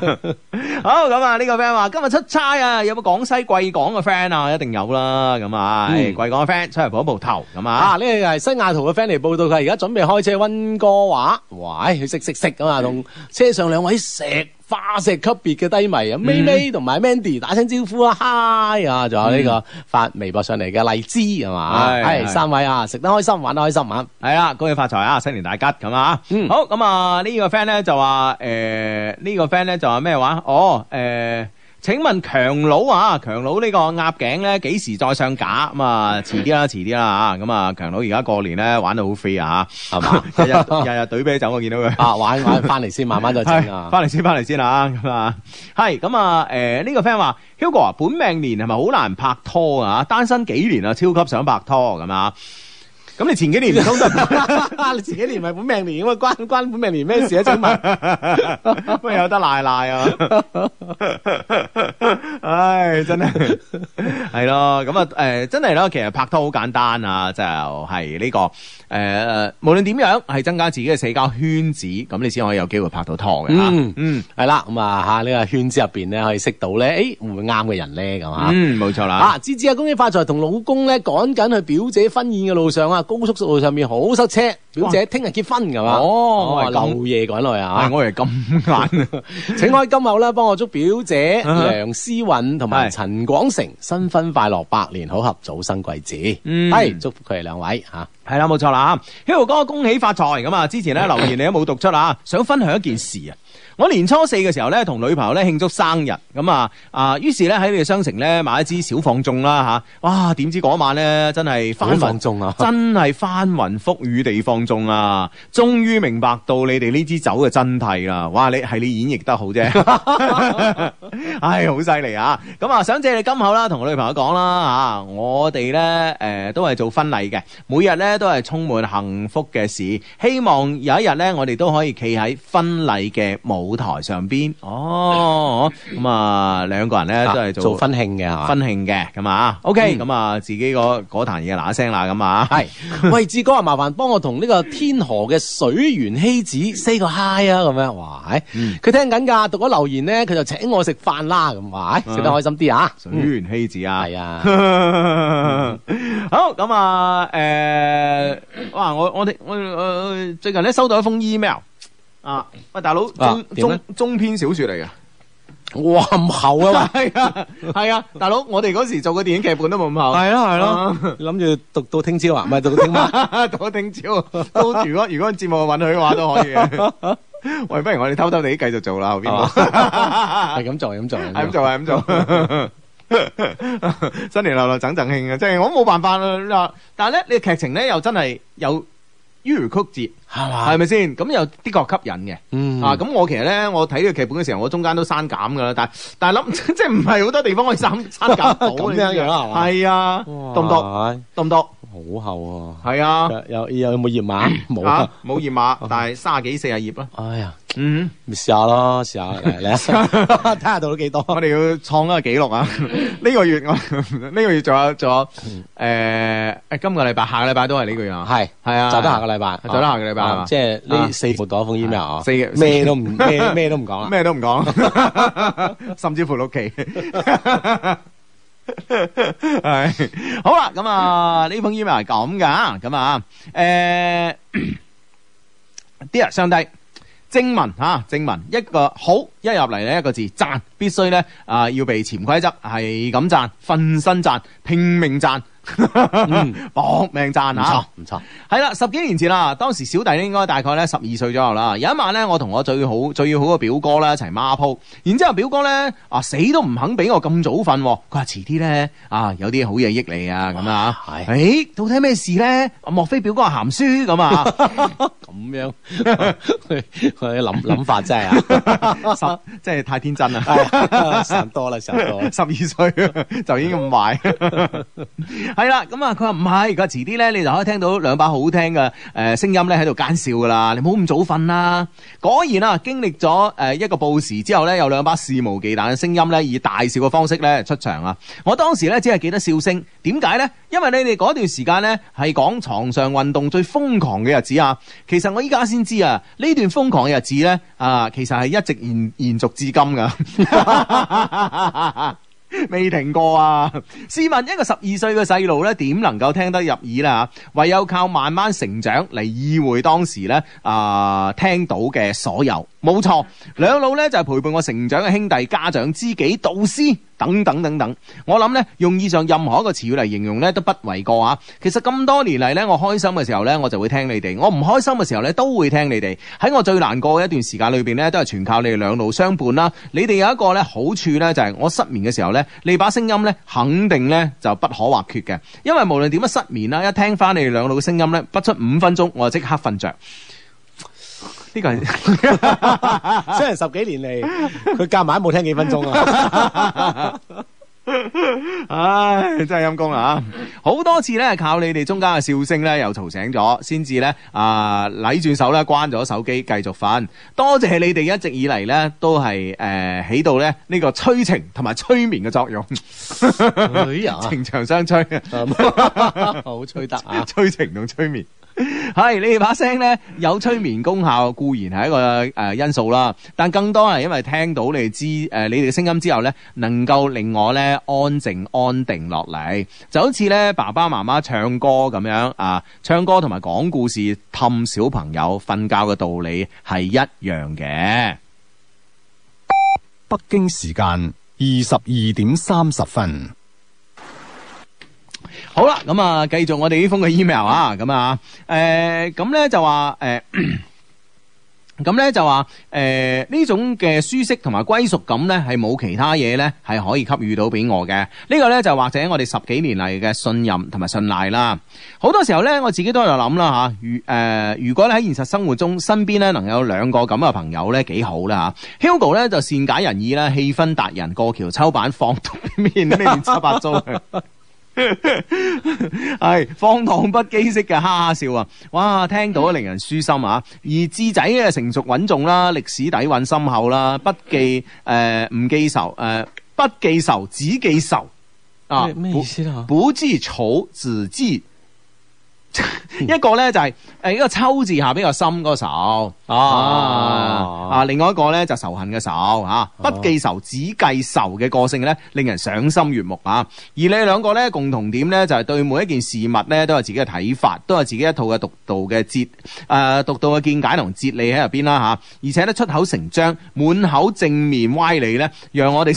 A: 好咁啊，呢個 friend 話今日出差啊，有冇廣西貴港嘅 friend 啊？一定有啦，咁啊，唉
C: 嗯
A: 貴港嘅 friend 出嚟蒲一蒲頭咁
C: 啊！
A: 啊，
C: 呢個係西雅圖嘅 friend 嚟報道，佢而家準備開車温哥華，哇！佢識識識咁啊，同車上兩位石化石級別嘅低迷啊，咪咪同埋 Mandy 打聲招呼啦，嗨啊！仲有呢個發微博上嚟嘅荔枝係嘛，
A: 係
C: 係
A: 係
C: 三位啊，食得開心，玩得開心啊！ [laughs]
A: 係啦，恭喜發財啊，新年大吉咁啊！
C: 嗯
A: 好咁啊，呢個 friend 咧就話誒，呢個 friend 咧就話咩話？哦誒。請問強佬啊，強佬呢個鴨頸咧幾時再上架？咁啊，遲啲啦，遲啲啦嚇。咁啊，強佬而家過年咧玩到好 free 啊嚇，係嘛？
C: [laughs]
A: 日日日日懟啤酒，我見到佢。
C: 啊，玩玩翻嚟先，慢慢再整
A: [laughs] 係
C: [laughs] 啊。
A: 翻嚟先，翻嚟先啊！咁啊，係咁啊，誒呢個 friend 話，Hugo 啊，本命年係咪好難拍拖啊？單身幾年啊，超級想拍拖咁啊！咁你前幾年唔通都唔
C: 你自己年咪本命年，咁啊關 [laughs] 關本命年咩事啊？請
A: [laughs]
C: 問
A: 喂，有得賴賴啊！ [laughs] 唉，真係係咯，咁啊，诶，真係咯，其實拍拖好簡單啊，就係呢、個个诶、誒無論點樣係增加自己嘅社交圈子，咁你先可以有機會拍到拖嘅吓。
C: 嗯
A: 嗯
C: 係啦，咁啊吓呢個圈子入邊咧，可以識到咧，誒會唔會啱嘅人咧咁啊？
A: 嗯，冇錯啦。
C: 啊！芝芝啊，恭喜發財！同老公咧趕緊去表姐婚宴嘅路上啊，高速路上面好塞車，表姐聽日結婚㗎嘛？
A: 哦我係咁
C: 漏夜趕落去
A: 唉
C: 啊！
A: 我哋咁眼
C: 請開金口啦，幫我祝表姐
A: 啊
C: 梁思韻同埋
A: 係
C: 陳廣成新婚快樂，百年好合，早生貴子。
A: 嗯
C: 係祝福佢哋兩位嚇。啊
A: 系啦，冇錯啦，Hugo 哥恭喜發財咁啊！之前咧留言你都冇讀出啊，想分享一件事啊。我年初四嘅時候咧，同女朋友咧慶祝生日，咁啊啊，於是咧喺你哋商城咧買一支小放縱啦吓，哇！點知嗰晚咧真係翻
C: 好
A: 雲
C: 放縱啊
A: 真係翻雲覆雨地放縱啊！終於明白到你哋呢支酒嘅真諦啦，哇！你係你演繹得好
C: [laughs]
A: 啫， [laughs] 唉，好犀利啊！咁啊，想借你金口啦，同我女朋友講啦啊，我哋咧誒都係做婚禮嘅，每日咧都係充滿幸福嘅事，希望有一日咧我哋都可以企喺婚禮嘅舞台上邊。哦，咁啊兩個人咧都係
C: 做婚慶嘅係嘛？
A: 婚慶嘅咁啊，OK，咁啊自己嗰嗰壇嘢嗱聲啦咁啊。
C: 嗯系， [laughs] 喂，志哥啊，麻煩幫我同呢個天河嘅水源希子 say 個 hi 啊，咁樣，哇，唉佢聽緊㗎，讀咗留言咧，佢就請我食飯啦，咁哇，唉食得開心啲啊，
A: 水原希子啊，
C: 係啊，
A: [laughs] 好咁啊，诶、哇！我我哋我诶最近咧收到一封 email 啊，喂大佬中
C: 啊點
A: 中
C: 咧
A: 中篇小说嚟嘅，
C: 哇咁
A: [laughs]
C: 厚啊，
A: 系啊系啊，大佬我哋嗰時做嘅電影劇本都冇咁厚， [laughs]
C: 喂，咯係 [laughs]
A: 啊，
C: 諗住讀到聽朝啊，唔係讀到聽晚，
A: 我聽朝都如果如果節目允許嘅話都可以嘅。
C: [laughs]
A: 喂，不如我哋偷偷地繼續做啦，後邊
C: [laughs]
A: [laughs]
C: 係咁做，係咁做， [laughs] 係
A: 系咁。做， [laughs] 系咁做。新年流流整整慶啊！即係我冇辦法啦。但係咧，你劇情咧又真係有迂迴曲折，
C: 係嘛
A: 係？咪先？咁又的確吸引嘅。
C: 啊嗯
A: 啊，咁我其實咧，我睇呢個劇本嘅時候，我中間都刪減噶啦。但係但係諗， [laughs] 即係唔係好多地方可以
C: [laughs]
A: 刪刪減到
C: 咁樣樣係嘛
A: 係啊，讀唔讀？
C: 哇
A: 讀唔讀？
C: 好厚
A: 係啊
C: 喎，，有有有冇頁碼？冇
A: 啊
C: 啊，
A: 冇頁碼，但係卅幾四十頁啦。
C: 哎呀，
A: 嗯。
C: 咪試下咯，試下嚟嚟， [laughs] 睇下到咗幾多。
A: 我哋哦要創一個紀
C: [laughs]
A: 錄啊！呢個月我 [laughs] 呢個月仲有仲有
C: 嗯
A: 誒誒，今個禮拜下個禮拜都係呢個月啊，
C: 係
A: 係啊，
C: 嗯就得下個禮拜，
A: 就得下個禮拜係嘛
C: 啊即係
A: 啊
C: 呢四幅嗰封 email 啊，
A: 四嘅
C: 咩
A: [laughs]
C: 都唔咩咩都唔啊講啦。
A: 咩都唔講， [laughs] 甚至乎六期。係好啦，咁啊呢封 email 係咁噶，咁啊呃誒，Dear 上帝。正文吓、啊正文一個好一入嚟呢一個字讚，必須咧啊、要被潛規則係咁讚，瞓身讚，拼命讚， [laughs] 搏命讚
C: 嗯唔
A: 啊！
C: 錯唔錯，
A: 系啦，十幾年前啦，當時小弟咧應該大概咧十二歲左右啦。有一晚咧，我同我最好最好嘅表哥啦一齊孖鋪，然之後表哥咧啊死都唔肯俾我咁早瞓喎，佢話遲啲咧啊有啲好嘢益你啊咁啊，
C: 係
A: 誒到底咩事咧？啊莫非表哥係鹹書咁啊？
C: 咁
A: [laughs]
C: 樣佢佢諗諗法真係
A: [laughs] 十即係太天真啦。
C: 啊，想多啦想多啦。
A: 十二歲就已經咁壞， [laughs] 係啦。咁啊，佢話唔係，佢話遲啲咧，你就可以聽到兩把好聽嘅誒聲音咧喺度奸笑噶啦。你唔好咁早瞓啦。果然啊，經歷咗誒一個報時之後咧，有兩把肆無忌憚嘅聲音咧，以大笑嘅方式咧出場啊。我當時咧只係記得笑聲，點解咧？因為你哋嗰段時間咧係講床上運動最瘋狂嘅日子啊。其實我依家先知啊，呢段瘋狂嘅日子咧啊，其實係一直延延續至今噶。 [laughs] 未停過啊！試問一個十二歲嘅細路咧，點能夠聽得入耳啦？唯有靠慢慢成長嚟意會當時咧啊、聽到嘅所有。冇錯，兩老咧就係陪伴我成長嘅兄弟、家長、知己、導師等等等等。我諗咧，用以上任何一個詞語嚟形容咧，都不為過啊。其實咁多年嚟咧，我開心嘅時候咧，我就會聽你哋；我唔開心嘅時候咧，都會聽你哋。喺我最難過嘅一段時間裏邊咧，都係全靠你哋兩路相伴啦。你哋有一個咧好處咧，就係我失眠嘅時候咧，你把聲音咧肯定咧就不可或缺嘅。因為無論點樣失眠啦，一聽翻你哋兩路嘅聲音咧，不出五分鐘我就即刻瞓着。呢個係。
C: 雖然十幾年嚟，佢夾埋冇聽幾分鐘啊，
A: 唉，真係陰公啦吓！好多次咧，靠你哋中間嘅笑聲咧，又嘈醒咗，先至咧啊，攆轉手咧，關咗手機，繼續瞓。多謝你哋一直以嚟咧，都係诶、呃起到咧呢個催情同埋催眠嘅作用，
C: 哎呀，
A: 情長相催。啊
C: 咁 [laughs] 好吹得
A: [laughs]
C: 啊！
A: 催情同催眠。係你哋把聲呢，有催眠功效固然係一個诶、呃因素啦，但更多係因為聽到你哋知诶、呃你哋嘅聲音之後呢，能夠令我呢安靜安定落嚟，就好似呢爸爸媽媽唱歌咁樣啊，唱歌同埋講故事氹小朋友瞓覺嘅道理係一樣嘅。
D: 北京時間二十二點三十分。
A: 好好啦，咁啊，繼續我哋呢封嘅 email 啊，咁啊，诶，咁咧就話诶。咁咧就話誒呢種嘅舒適同埋歸屬感咧，係冇其他嘢咧係可以給予到俾我嘅。呢、個咧就或者我哋十幾年嚟嘅信任同埋信賴啦。好多時候咧，我自己都喺度諗啦嚇，如誒、如果咧喺現實生活中身邊咧能有兩個咁嘅朋友咧，幾好啦嚇。Hugo 咧就善解人意啦，氣氛達人，過橋抽板放毒面，咩亂七八糟。 [laughs] 系放蕩不羁式嘅哈哈笑啊！哇，聽到令人舒心啊！而智仔嘅成熟穩重啦，歷史底蕴深厚啦，不記诶唔、記仇诶、不記仇只記仇
C: 嗯
A: 啊！
B: 咩咩意思啊？
A: 不知草自知， [laughs] 一個咧就係呃诶一個秋字下邊個心嗰個仇啊啊，另外一個咧就仇恨嘅仇啊，不記仇只計仇嘅個性咧，令人賞心悅目啊！而你兩個咧共同點咧就係、對每一件事物咧都有自己嘅睇法，都有自己一套嘅獨到嘅哲誒獨到嘅見解同哲理喺入邊啦嚇，而且咧出口成章，滿口正面歪理咧，讓我哋。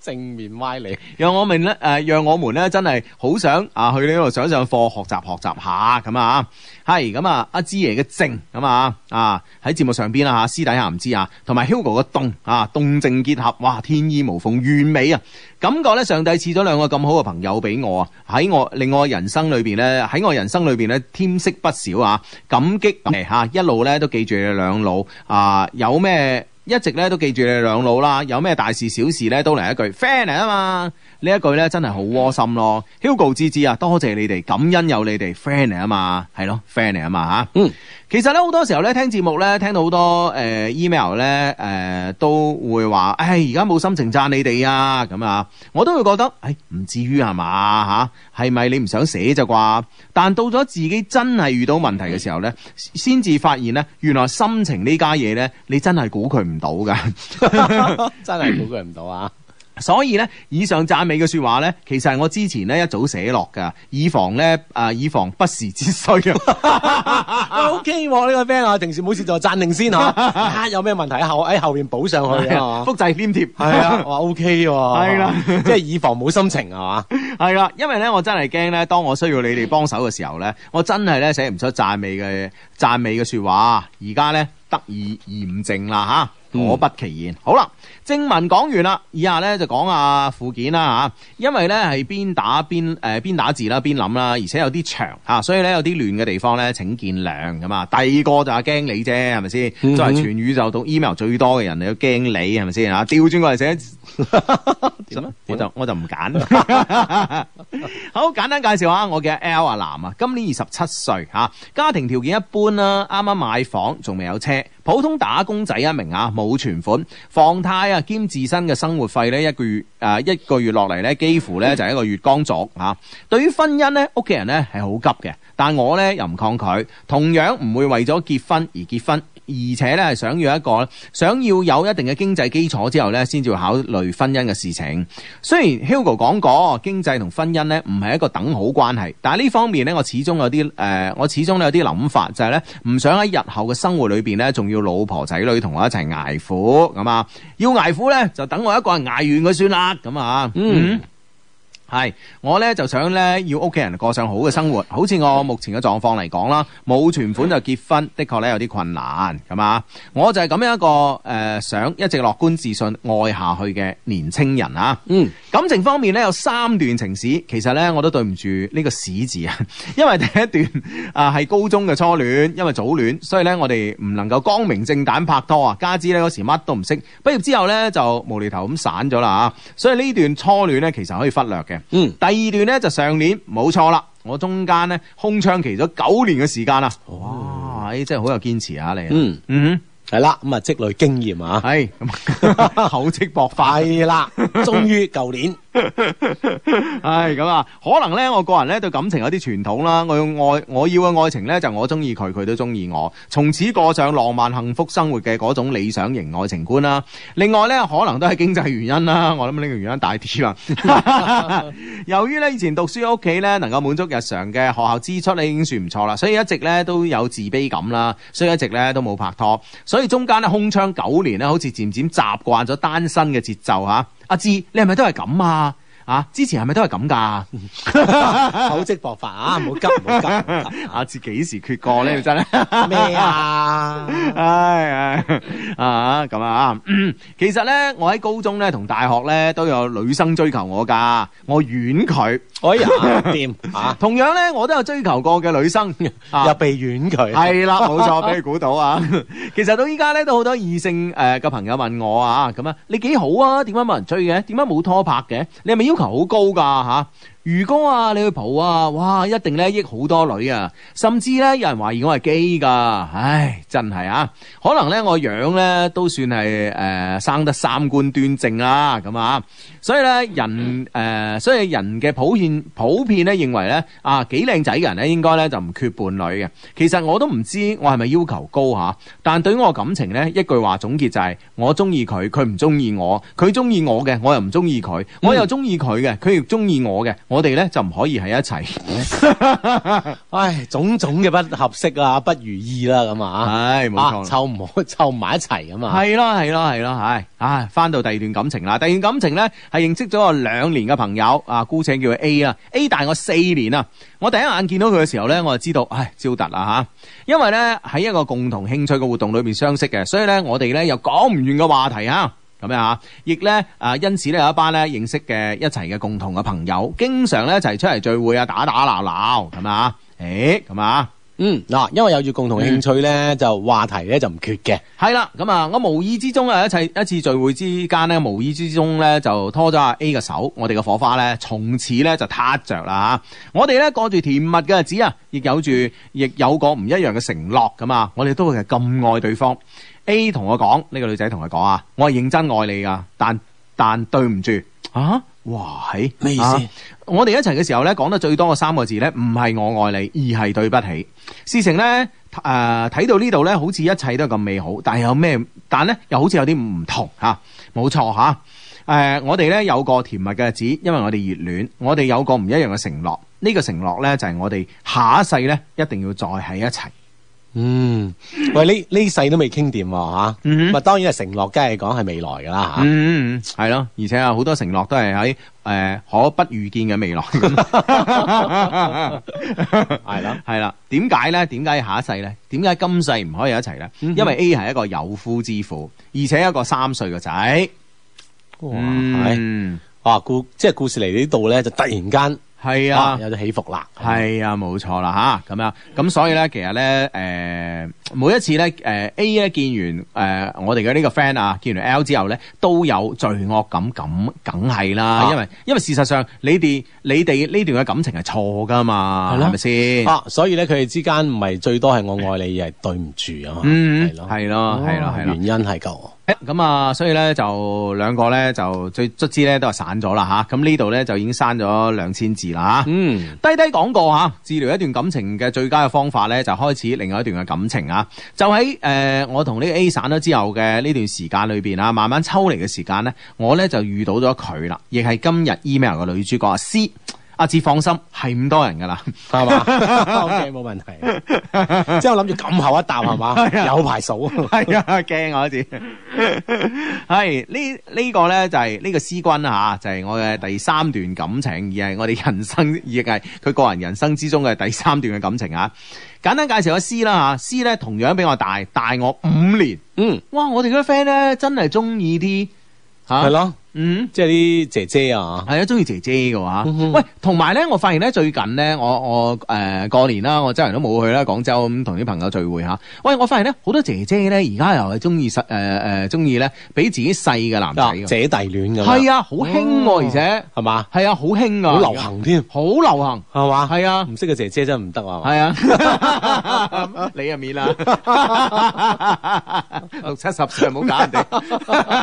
C: 正面
A: [laughs]
C: 歪理，
A: 讓我們咧，诶、让我们咧真係好想啊去呢度上上課，學習學習下咁啊，係咁啊，阿芝爺嘅靜咁啊，啊喺節目上邊啦吓，私底下唔知啊，同埋 Hugo 嘅動啊，動靜結合，哇，天衣無縫，完美啊！感覺咧，上帝賜咗兩個咁好嘅朋友俾我啊，喺我令我人生裏邊咧，喺我人生裏邊咧添色不少啊，感激你吓、一路咧都記住你兩老啊，有咩？一直咧都記住你兩老啦，有咩大事小事咧都嚟一句 friend 嚟啊嘛！呢一句咧真係好窩心咯。Hugo 芝芝啊，多謝你哋，感恩有你哋 friend 嚟啊嘛，係咯 friend 嚟啊嘛嚇。
C: 嗯，
A: 其實咧好多時候咧聽節目咧聽到好多誒、呃 email 咧誒、呃都會話，唉而家冇心情讚你哋啊咁啊，我都會覺得，唉唔至於係嘛嚇，係咪你唔想寫咋啩？但到咗自己真係遇到問題嘅時候咧，先至發現咧，原來心情呢家嘢咧，你真係估佢唔到㗎。
C: 真係估佢唔到啊！
A: [laughs] 所以咧，以上讚美嘅説話咧，其實係我之前咧一早寫落㗎，以防咧啊、以防不時之需啊。
C: O K 喎，呢個 friend 啊，平時冇事就暫定先嚇，啊有咩問題喺後喺後邊補上去
A: [laughs]
C: 啊，
A: 複製黏貼
C: 係啊，我話 O K 喎，
A: 係啦
C: 即係以防冇心情係
A: [laughs]
C: 嘛，
A: 係啦，因為咧，我真係驚咧，當我需要你哋幫手嘅時候咧，我真係咧寫唔出讚美嘅讚美嘅説話。而家咧得以驗證啦吓，
C: 嗯
A: 果不其然。好啦，正文講完啦，以下咧就講下附件啦吓，因為咧係邊打邊誒邊打字啦，邊諗啦，而且有啲長嚇、所以咧有啲亂嘅地方咧請見諒咁啊。第二個就係驚你啫，係咪先？作為全宇宙讀 email 最多嘅人，你都驚你係咪先啊？調轉過嚟寫。點啊？我就我就唔 [laughs] 揀。好簡單介紹下我嘅 L 啊男啊，今年二十七歲嚇，家庭條件一般啦，啱啱買房，仲未有車，普通打工仔一名啊，冇存款，房貸啊兼自身嘅生活費呢，一個月誒、呃一個月落嚟呢，幾乎 [laughs] 呢就係一個月光族嚇、啊。對於婚姻呢，屋企人呢係好急嘅，但我呢又唔抗拒，同樣唔會為咗結婚而結婚。而且咧係想要一個想要有一定嘅經濟基礎之後咧，先至會考慮婚姻嘅事情。雖然 Hugo 講過經濟同婚姻咧唔係一個等好關係，但係呢方面咧，我始終有啲誒、呃我始終都有啲諗法，就係咧唔想喺日後嘅生活裏邊咧，仲要老婆仔女同我一齊捱苦咁啊！要捱苦咧，就等我一個人捱完佢算啦咁啊！嗯系，我咧就想咧要屋企人過上好嘅生活，好似我目前嘅狀況嚟講啦，冇存款就結婚，的確咧有啲困難，咁啊，我就係咁樣一個诶、呃想一直樂觀自信、愛下去嘅年青人啊。
C: 嗯，
A: 感情方面咧有三段情史，其實咧我都對唔住呢個史字啊， [laughs] 因為第一段啊係高中嘅初戀，因為早戀，所以咧我哋唔能夠光明正大咁拍拖啊，加之咧嗰時乜都唔識，畢業之後咧就無厘頭咁散咗啦啊，所以呢段初戀咧其實可以忽略嘅。
C: 嗯
A: 第二段咧就上年冇錯啦，我中間咧空窗期咗九年嘅時間啦，哇，哎真係好有堅持啊你啊，
C: 嗯
A: 嗯
C: 係啦，咁啊積累經驗啊
A: 哼，，係咁 [laughs] 厚積薄
C: [laughs]
A: 發。
C: 係啦，終於舊年
A: 唉，咁啊，可能咧，我個人咧對感情有啲傳統啦，我要愛，我要嘅愛情咧就我中意佢，佢都中意我，從此過上浪漫幸福生活嘅嗰種理想型愛情觀啦。另外咧，可能都係經濟原因啦， [laughs] 我諗呢個原因大啲啦。 [laughs] 由於咧以前讀書喺屋企咧能夠滿足日常嘅學校支出咧已經算唔錯啦，所以一直咧都有自卑感啦，所以一直咧都冇拍拖，所以中間咧空窗九年咧，好似漸漸習慣咗單身嘅節奏嚇。阿志，你係咪都係咁啊？啊，之前係咪都係咁㗎？
C: 厚積薄發
A: [laughs]
C: 啊，唔好急，唔好急唔好急，
A: 阿志幾時缺過咧？真係。
C: 咩啊？
A: 唉唉啊咁啊！嗯其實咧，我喺高中咧同大學咧都有女生追求我㗎，我婉佢。
C: 哎呀，掂啊，
A: 同樣咧，我都有追求過嘅女生。啊
C: 又被軟佢，
A: 係 [laughs] 啦，冇錯，俾你估到啊！ [laughs] 其實到依家咧，都好多異性誒嘅朋友問我啊，咁啊，你幾好啊？點解冇人追嘅？點解冇拖拍嘅？你係咪要求好高㗎嚇、如果啊，你去蒲啊，哇，一定咧益好多女啊，甚至咧有人懷疑我係基㗎，唉，真係啊！可能咧我樣咧都算係誒、呃生得三觀端正啦，咁啊，所以咧人誒、呃所以人嘅普遍普遍咧認為咧啊幾靚仔嘅人咧應該咧就唔缺伴侶嘅。其實我都唔知我係咪要求高嚇，但對於我感情咧一句話總結就係、我中意佢，佢唔中意我；佢中意我嘅，我又唔中意佢；我又中意佢嘅，佢亦中意我嘅。我哋咧就唔可以喺一齊。
C: 唉，種種嘅不合適啊，不如意啦，咁啊，
A: 唉，冇錯
C: 啊，
A: 啦。
C: 湊唔好 [laughs] 湊唔埋一齊咁啊，
A: 系咯系咯系咯，唉唉，翻到第二段感情啦。第二段感情咧係認識咗我兩年嘅朋友，啊，姑且叫佢 A 啦，A 大我四年啊。我第一眼見到佢嘅時候咧，我就知道，唉，招突啦吓，因為咧喺一個共同興趣嘅活動裏面相識嘅，所以咧我哋咧有講唔完嘅話題啊。咁樣啊，亦咧啊，因此咧有一班咧認識嘅一齊嘅共同嘅朋友，經常咧一齊出嚟聚會啊，打打鬧鬧咁啊，誒咁啊。
C: 嗯，嗱，因為有住共同興趣咧，就話題咧就唔缺嘅，
A: 系啦，咁啊，我無意之中啊，一齊一次聚會之間咧，無意之中咧就拖咗阿 A 嘅手，我哋嘅火花咧，從此咧就撻着啦吓。我哋咧過住甜蜜嘅日子啊，亦有住亦有個唔一樣嘅承諾咁啊，我哋都係咁愛對方。A 同我講，呢、個女仔同佢講啊，我係認真愛你噶，但但對唔住啊，哇係
C: 咩意思
A: 啊我哋一齊嘅時候咧，講得最多嘅三個字咧，唔係我愛你，而係對不起。事情咧，誒、睇到呢度咧，好似一切都咁美好，但係有咩？但咧又好似有啲唔同嚇，冇、錯嚇。誒、我哋咧有個甜蜜嘅日子，因為我哋熱戀，我哋有個唔一樣嘅承諾。呢、個承諾咧就係、我哋下一世咧一定要再喺一齊。
C: 嗯，喂，呢呢世都未傾掂喎嚇，
A: 嗯
C: 咪當然係承諾，梗係講係未來㗎啦嚇。
A: 嗯，係咯，而且啊，好多承諾都係喺誒可不預見嘅未來。係
C: 啦，
A: 係啦。點解咧？點解下一世咧？點解今世唔可以一齊咧？因為 A 係一個有夫之婦，而且一個三歲嘅仔。
C: 哇，係
A: 嗯，
C: 哇，啊故即係故事嚟呢度咧，就突然間
A: 係
C: 啊
A: 啊。
C: 有咗起伏啦。
A: 係啊，冇錯啦吓，咁樣咁所以咧，其實咧，誒、每一次咧，誒、A 咧見完誒、我哋嘅呢個 friend 啊，見完 L 之後咧，都有罪惡感，咁梗係啦，
C: 啊
A: 因為因為事實上你哋你哋呢段嘅感情係錯噶嘛，
C: 係咯
A: 係咪先？
C: 啊，所以咧佢哋之間唔係最多係我愛你，而係對唔住啊嘛。
A: 嗯，
C: 係咯，哦
A: 係咯，係咯，係咯
C: 原。因係夠。
A: 誒咁啊，所以咧就兩個咧就最卒之咧都係散咗啦吓，咁呢度咧就已經刪咗兩千字啦吓。
C: 嗯，
A: 低低講過嚇，治療一段感情嘅最佳嘅方法咧，就開始另外一段嘅感情啊。就喺誒、呃我同呢個 A 散咗之後嘅呢段時間裏邊啊，慢慢抽離嘅時間咧，我咧就遇到咗佢啦，亦係今日 email 嘅女主角阿啊 C。阿志放心，係咁多人㗎啦。
C: 係嘛 [laughs] ？OK，冇問題。
A: [laughs]
C: 即係我諗住咁後一啖係嘛？
A: 啊
C: 有排數。
A: [laughs] 係啊，驚我一次。 [laughs] 係呢呢個咧就係呢個 C 君啊，就係我嘅第三段感情，而係我哋人生，亦係佢個人人生之中嘅第三段嘅感情啊。簡單介紹下 C 啦吓，C 咧同樣比我大，大我五年。
C: 嗯，
A: 哇！我哋嗰啲 friend 咧真係中意啲吓，
C: 係，咯，
A: 嗯。
C: 即係啲姐姐啊。
A: 係啊，中意姐姐嘅話，
C: 嗯哼
A: 喂，同埋咧，我發現咧最近咧，我我誒、呃、過年啦，我周人都冇去啦，廣州咁同啲朋友聚會嚇。喂，我發現咧好多姐姐咧，而家又係中意呃細誒誒中意咧，比自己細嘅男仔
C: 啊
A: 㗎
C: 姐弟戀咁樣。
A: 係啊，好興喎，而且
C: 係嘛？
A: 係啊，好興啊，
C: 好流，行添，
A: 好流行，
C: 係嘛？
A: 係啊。
C: 唔識嘅姐姐真係唔得啊！
A: 係
C: [laughs]
A: 啊，你入面啦， [laughs] 六七十歲唔好搞人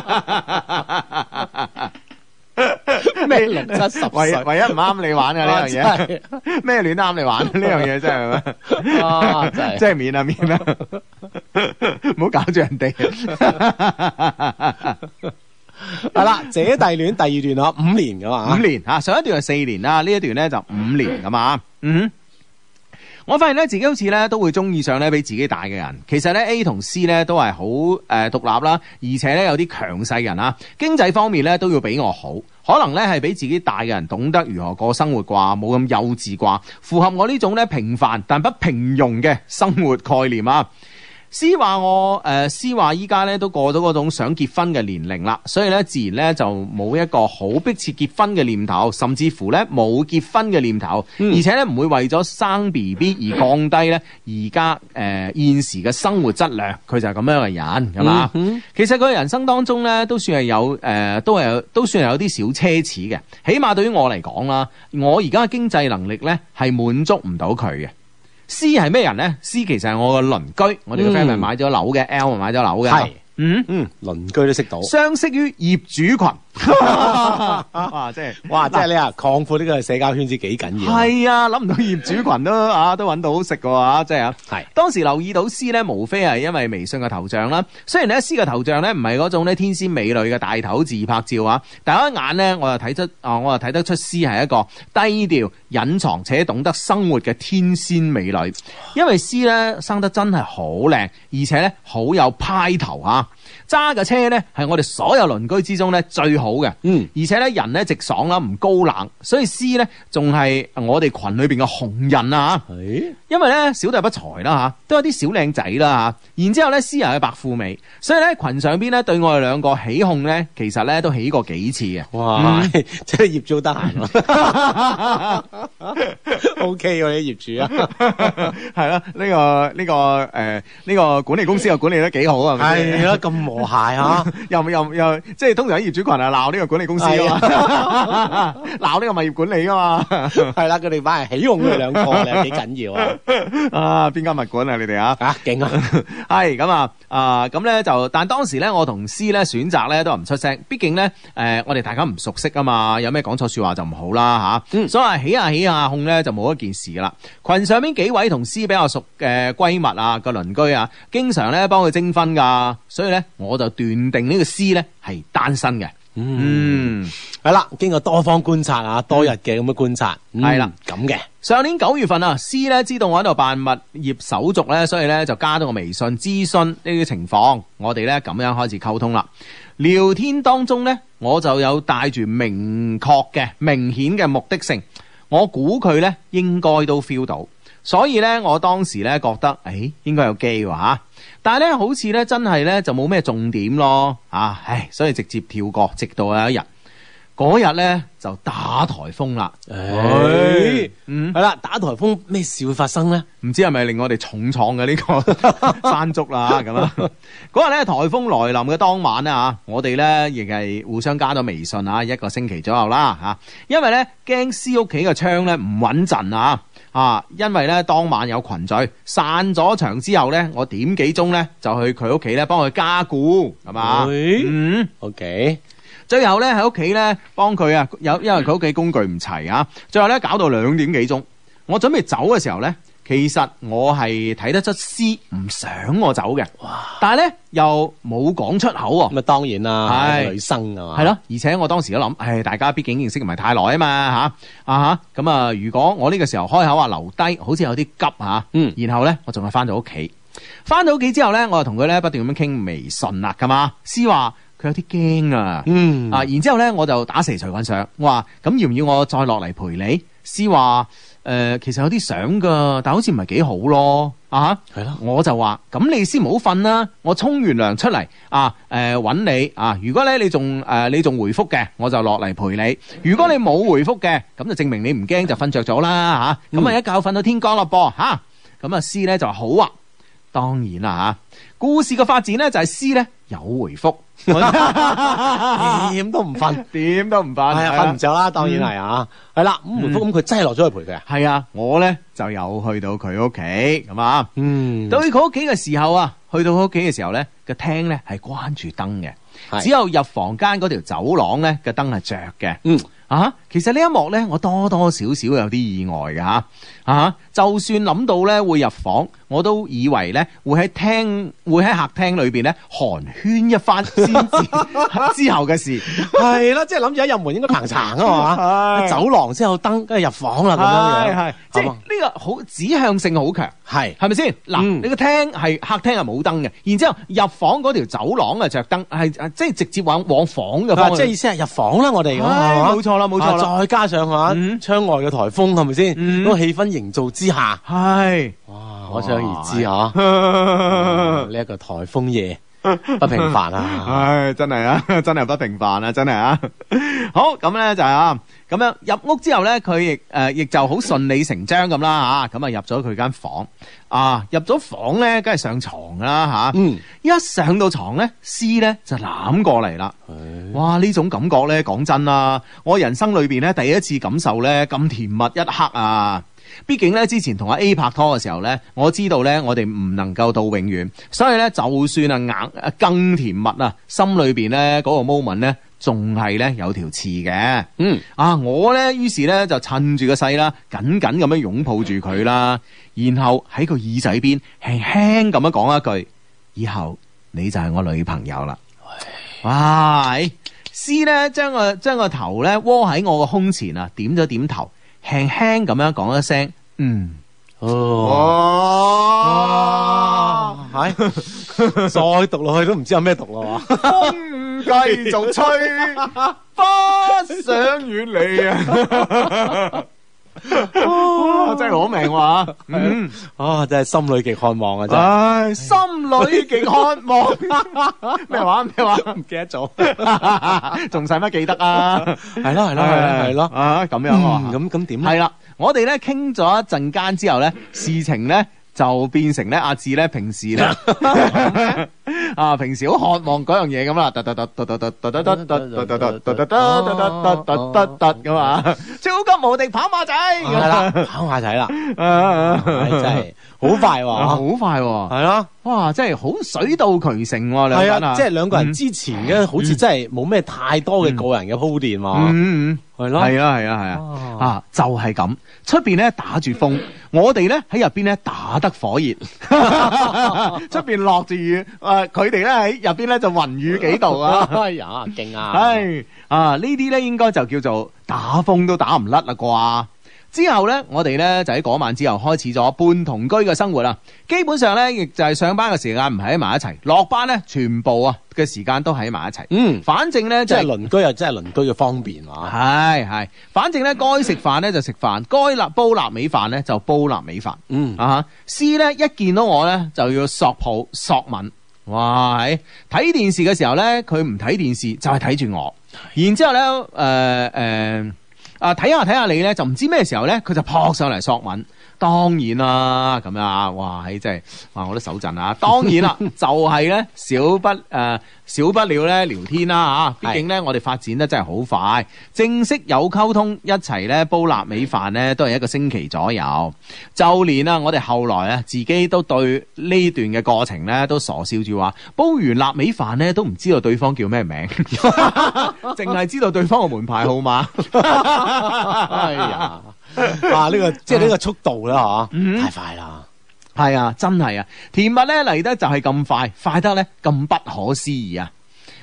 A: 哋。
C: [laughs] 咩六七十歲
A: 唯唯一唔啱你玩嘅呢樣
C: 啊
A: 嘢
C: 真，
A: [laughs] 咩戀啱你玩呢樣嘢真係，
C: [laughs] 啊真係
A: 真係免啊免啊，唔好搞住人哋。
C: 係啦，姐弟戀第二段啊，五年噶嘛
A: 五，年啊，上一段係四年啦，呢一段咧就五年咁啊，嗯哼。我發現咧自己好似咧都會中意上咧比自己大嘅人。其實咧 A 同 C 咧都係好誒獨立啦，而且咧有啲強勢嘅人啊，經濟方面咧都要比我好。可能咧係比自己大嘅人懂得如何過生活啩，冇咁幼稚啩，符合我呢種咧平凡但不平庸嘅生活概念啊。思話我誒思話依家咧都過咗嗰種想結婚嘅年齡啦，所以咧自然咧就冇一個好迫切結婚嘅念頭，甚至乎咧冇結婚嘅念頭，而且咧唔會為咗生 B B 而降低咧而家誒現時嘅生活質量，佢就係咁樣嘅人，係嘛？其實佢人生當中咧都算係有誒、呃都係有都算係有啲小奢侈嘅，起碼對於我嚟講啦，我而家嘅經濟能力咧係滿足唔到佢嘅。C 係咩人咧？C 其實係我個鄰居，我哋個 friend 咪買咗樓嘅，L 咪買咗樓嘅，
C: 係
A: 嗯，
C: 嗯，鄰居都識到，
A: 相識於業主群，哇，真係
C: 哇！即係你啊，擴闊呢個社交圈子幾緊要，
A: 係啊，諗唔到業主群都啊都揾到好食嘅話，真係啊！
C: 係
A: 當時留意到 C 咧，無非係因為微信嘅頭像啦。雖然咧 C 嘅頭像咧唔係嗰種咧天仙美女嘅大頭自拍照啊，但係一眼咧我就睇出啊，我就睇得出 C 係一個低調、隱藏且懂得生活嘅天仙美女。因為 C 咧生得真係好靚，而且咧好有派頭啊！揸嘅車咧係我哋所有鄰居之中咧最好嘅，
C: 嗯，
A: 而且咧人咧直爽啦，唔高冷，所以 C 咧仲係我哋群裏邊嘅紅人啊！
C: 誒
A: 因為咧小弟不才啦吓，都有啲小靚仔啦吓，然之後咧 C 又係白富美，所以咧群上邊咧對我哋兩個起哄咧，其實咧都起過幾次啊 [laughs] 嘅。
C: 哇！即嗯係業主好得閒 [laughs] 喎，OK 喎啲業主啊，
A: 係啦，呢、個呢、個誒呢、個管理公司又管理得幾好啊，係咪先
C: 係咯，咁和諧啊嚇，
A: 又又又即係通常喺業主群啊鬧呢個管理公司啊嘛，鬧呢個物業管理啊嘛，
C: [laughs] 係啦，佢哋反而起哄佢兩個，你話幾緊要 [laughs] 啊？
A: 啊邊間物管啊你哋啊？
C: 啊，勁
A: [laughs]
C: 啊！
A: 係咁啊，啊咁咧就，但當時咧我同 C 咧選擇咧都唔出聲，畢竟咧誒、我哋大家唔熟悉啊嘛，有咩講錯説話就唔好啦吓，所以話起下起下控咧就冇一件事噶啦。群上面幾位同 C 比較熟嘅閨蜜啊個鄰居啊，經常咧幫佢徵婚噶，所以咧我就斷定呢個 C 咧係單身嘅。嗯
C: 係啦，經過多方觀察啊，多日嘅咁嘅觀察，嗯
A: 係啦，
C: 咁嘅，
A: 上年九月份啊，C 咧知道我喺度辦物業手續咧，所以咧就加咗我微信諮詢呢啲情況。我哋咧咁樣開始溝通啦。聊天當中咧，我就有帶住明確嘅、明顯嘅目的性。我估佢咧應該都 feel 到，所以咧我當時咧覺得，誒、應該有機喎嚇。但係咧好似咧真係咧就冇咩重點咯，啊，唉，所以直接跳過，直到有一日嗰日咧就打颱風啦。
C: 哎誒
A: 嗯
C: 哎係啦，打颱風咩事會發生咧？
A: 唔知係咪令我哋重創嘅呢個山竹啦咁啊？嗰日咧颱風來臨嘅當晚咧嚇，我哋咧亦係互相加咗微信啊，一個星期左右啦嚇，因為咧驚 C 屋企嘅窗咧唔穩陣啊啊，因為咧當晚有群聚，散咗場之後咧，我點幾鐘咧就去佢屋企咧幫佢加固係嘛？
C: 喂
A: 嗯。
C: 哎 OK，
A: 最後咧喺屋企咧幫佢啊，有因為佢屋企工具唔齊啊，最後咧搞到兩點幾鐘。我準備走嘅時候咧，其實我係睇得出 C 唔想我走嘅，但係咧又冇講出口喎、
C: 咁啊當然啦，
A: 係
C: 女生啊嘛，
A: 係咯，而且我當時都諗，唉，大家畢竟認識唔係太耐啊嘛，吓啊吓，咁啊，如果我呢個時候開口話啊留低，好似有啲急吓，
C: 嗯
A: 然後咧我仲係翻到屋企，翻到屋企之後咧，我就同佢咧不斷咁樣傾微信啦，咁嘛，C 話佢有啲驚啊，
C: 嗯
A: 啊，然之後咧我就打蛇隨棍上，我話咁要唔要我再落嚟陪你？C 話誒，其實有啲想噶，但好似唔係幾好咯，啊
C: 係咯
A: 我就話咁你先唔好瞓啦，我沖完涼出嚟啊，誒、揾你啊，如果咧你仲誒、呃你仲回覆嘅，我就落嚟陪你；如果你冇回覆嘅，咁就證明你唔驚就瞓着咗啦吓，
C: 嗯
A: 咁啊一覺瞓到天光咯噃吓，咁啊 C 咧就話好啊，當然啦吓、啊故事嘅發展咧就係 C 咧有回
C: [laughs]
A: 覆， [laughs]
C: 點都唔瞓，
A: 點都唔瞓
C: 係啊瞓唔着啦，當然係啊，係啦，咁回覆咁佢真係落咗去陪佢啊，
A: 係啊，我咧就有去到佢屋企咁啊。
C: 嗯
A: 到佢屋企嘅時候啊，去到佢屋企嘅時候咧，個廳咧係關住燈嘅，
C: 係
A: 只有入房間嗰條走廊咧嘅燈係着嘅。
C: 嗯
A: 啊，其實呢一幕啊咧，我多多少少有啲意外嘅吓啊，就算諗到咧會入房，我都以為咧會喺廳會喺客廳裏邊咧寒暄一番先至
C: [laughs]
A: 之後嘅事。
C: 系啦，即系谂住一入門應該嘭嘭啊
A: [laughs]
C: 嘛，
A: 係
C: 走廊先有燈，跟住入房啦咁樣啊樣，
A: 係係即係
C: 係嘛
A: 呢個好指向性好強。
C: 係
A: 係咪先？嗱，
C: 嗯
A: 你個廳係客廳係冇燈嘅，然之後入房嗰條走廊啊着燈，係即係直接往往房嘅
C: 啊
A: 方向。
C: 即係意思係入房啦，我哋咁
A: 唉
C: 係嘛
A: 冇錯啦冇錯啦
C: 啊再加上啊
A: 嗯
C: 窗外嘅颱風係咪先？
A: 嗯
C: 嗰個氣氛營造之下， [laughs]
A: 係
C: 哇！可想而
A: [laughs]
C: 知啊，啊呢一個颱風夜不
A: [laughs]
C: 平凡啊！
A: 唉，真係啊， [laughs] 真係不平凡啊，真係啊。 [laughs] 好，咁咧就係啊，咁樣入屋之後咧，佢亦诶亦就好順理成章咁啦吓，咁啊入咗佢間房啊，入咗房咧，梗係上床㗎啦吓。啊
C: 嗯，
A: 一上到床咧，詩咧就攬過嚟啦。哇！呢種感覺咧，講真啦，我人生裏邊咧第一次感受咧咁甜蜜一刻啊！畢竟咧，之前同阿 A 拍拖嘅時候咧，我知道咧，我哋唔能夠到永遠，所以咧，就算啊硬更甜蜜啊，心裏邊咧嗰個 moment 咧，仲係咧有條刺嘅。
C: 嗯，
A: 啊，我咧於是咧就趁住個勢啦，緊緊咁樣擁抱住佢啦，然後喺佢耳仔邊輕輕咁樣講一句：以後你就係我女朋友啦。哇！哎詩咧將個將個頭咧窩喺我個胸前啊，點咗點頭，輕輕咁樣講一聲嗯。
C: 哦，
A: 哦， [laughs]
C: 係再讀落去都唔知有咩讀啦喎。
A: 風繼續吹，花想遠離啊！哇真係攞命哇！嗯。
C: 啊，真係心裏極渴望啊！真係
A: 唉，心裏極渴望咩話咩話，
C: 唔記得咗，
A: 仲使乜記得啊？
C: 係咯係咯係咯係咯。
A: 啊咁樣
C: 嗯
A: 啊，
C: 咁咁點咧？
A: 係啦，我哋咧傾咗一陣間之後咧，事情咧就變成咧阿志咧平時咧啊平時好渴望嗰樣嘢咁啦，突突突突突突突突突突突突突突突突突突突咁啊，超級無敵跑馬仔 [laughs]
C: 系啦，考下睇啦，
A: 啊
C: 唉真係好快
A: [laughs] 啊
C: 喎
A: 好。快喎！
C: 係咯，
A: 哇，真係好水到渠成喎、兩
C: 係
A: 個人
C: 啊，即係兩個人之前嘅，好似真係冇咩太多嘅個人嘅鋪墊喎。
A: 嗯嗯
C: 係
A: 嗯，
C: 咯，
A: 係啊係啊係啊，
C: 哦
A: 啊就係咁，出邊咧打住風，我哋咧喺入邊咧打得火
C: [laughs]
A: 熱，出邊落住雨，誒佢哋咧喺入邊咧就雲雨幾度啊！
C: [laughs] 哎呀，勁啊！
A: 唉啊，呢啲咧應該就叫做打風都打唔甩啦啩。之後咧，我哋咧就喺嗰晚之後開始咗半同居嘅生活啦。基本上咧，亦就係上班嘅時間唔喺埋一齊，落班咧全部啊嘅時間都喺埋一齊。
C: 嗯，
A: 反正咧
C: 即
A: 就
C: 係
A: 係
C: 鄰居又真係鄰居嘅方便啊。
A: 係係，反正咧該食飯咧就食飯，該臘煲臘味飯咧就煲臘味飯。
C: 嗯，
A: [laughs] 啊，C 咧一見到我咧就要索抱索吻，哇！係睇電視嘅時候咧，佢唔睇電視就係睇住我，然之後咧，誒、誒、啊睇下睇下你咧，就唔知咩時候咧，佢就撲上嚟索吻。當然啦，咁樣啊，哇！係真係，哇！我都手震啊。當然啦，就係咧，少不誒、少不了咧聊天啊啦嚇。畢竟咧，我哋發展得真係好快，正式有溝通，一齊咧煲臘味飯咧，都係一個星期左右。就連啊，我哋後來啊，自己都對呢段嘅過程咧，都傻笑住話，煲完臘味飯咧，都唔知道對方叫咩名，淨係知道對方嘅門牌號碼。
C: 哎呀，啊
A: [laughs]
C: 呢個即係呢個速度啦，
A: 嗯
C: 吓，太快啦。
A: 係啊，真係啊，甜蜜咧嚟得就係咁快，快得咧咁不可思議啊！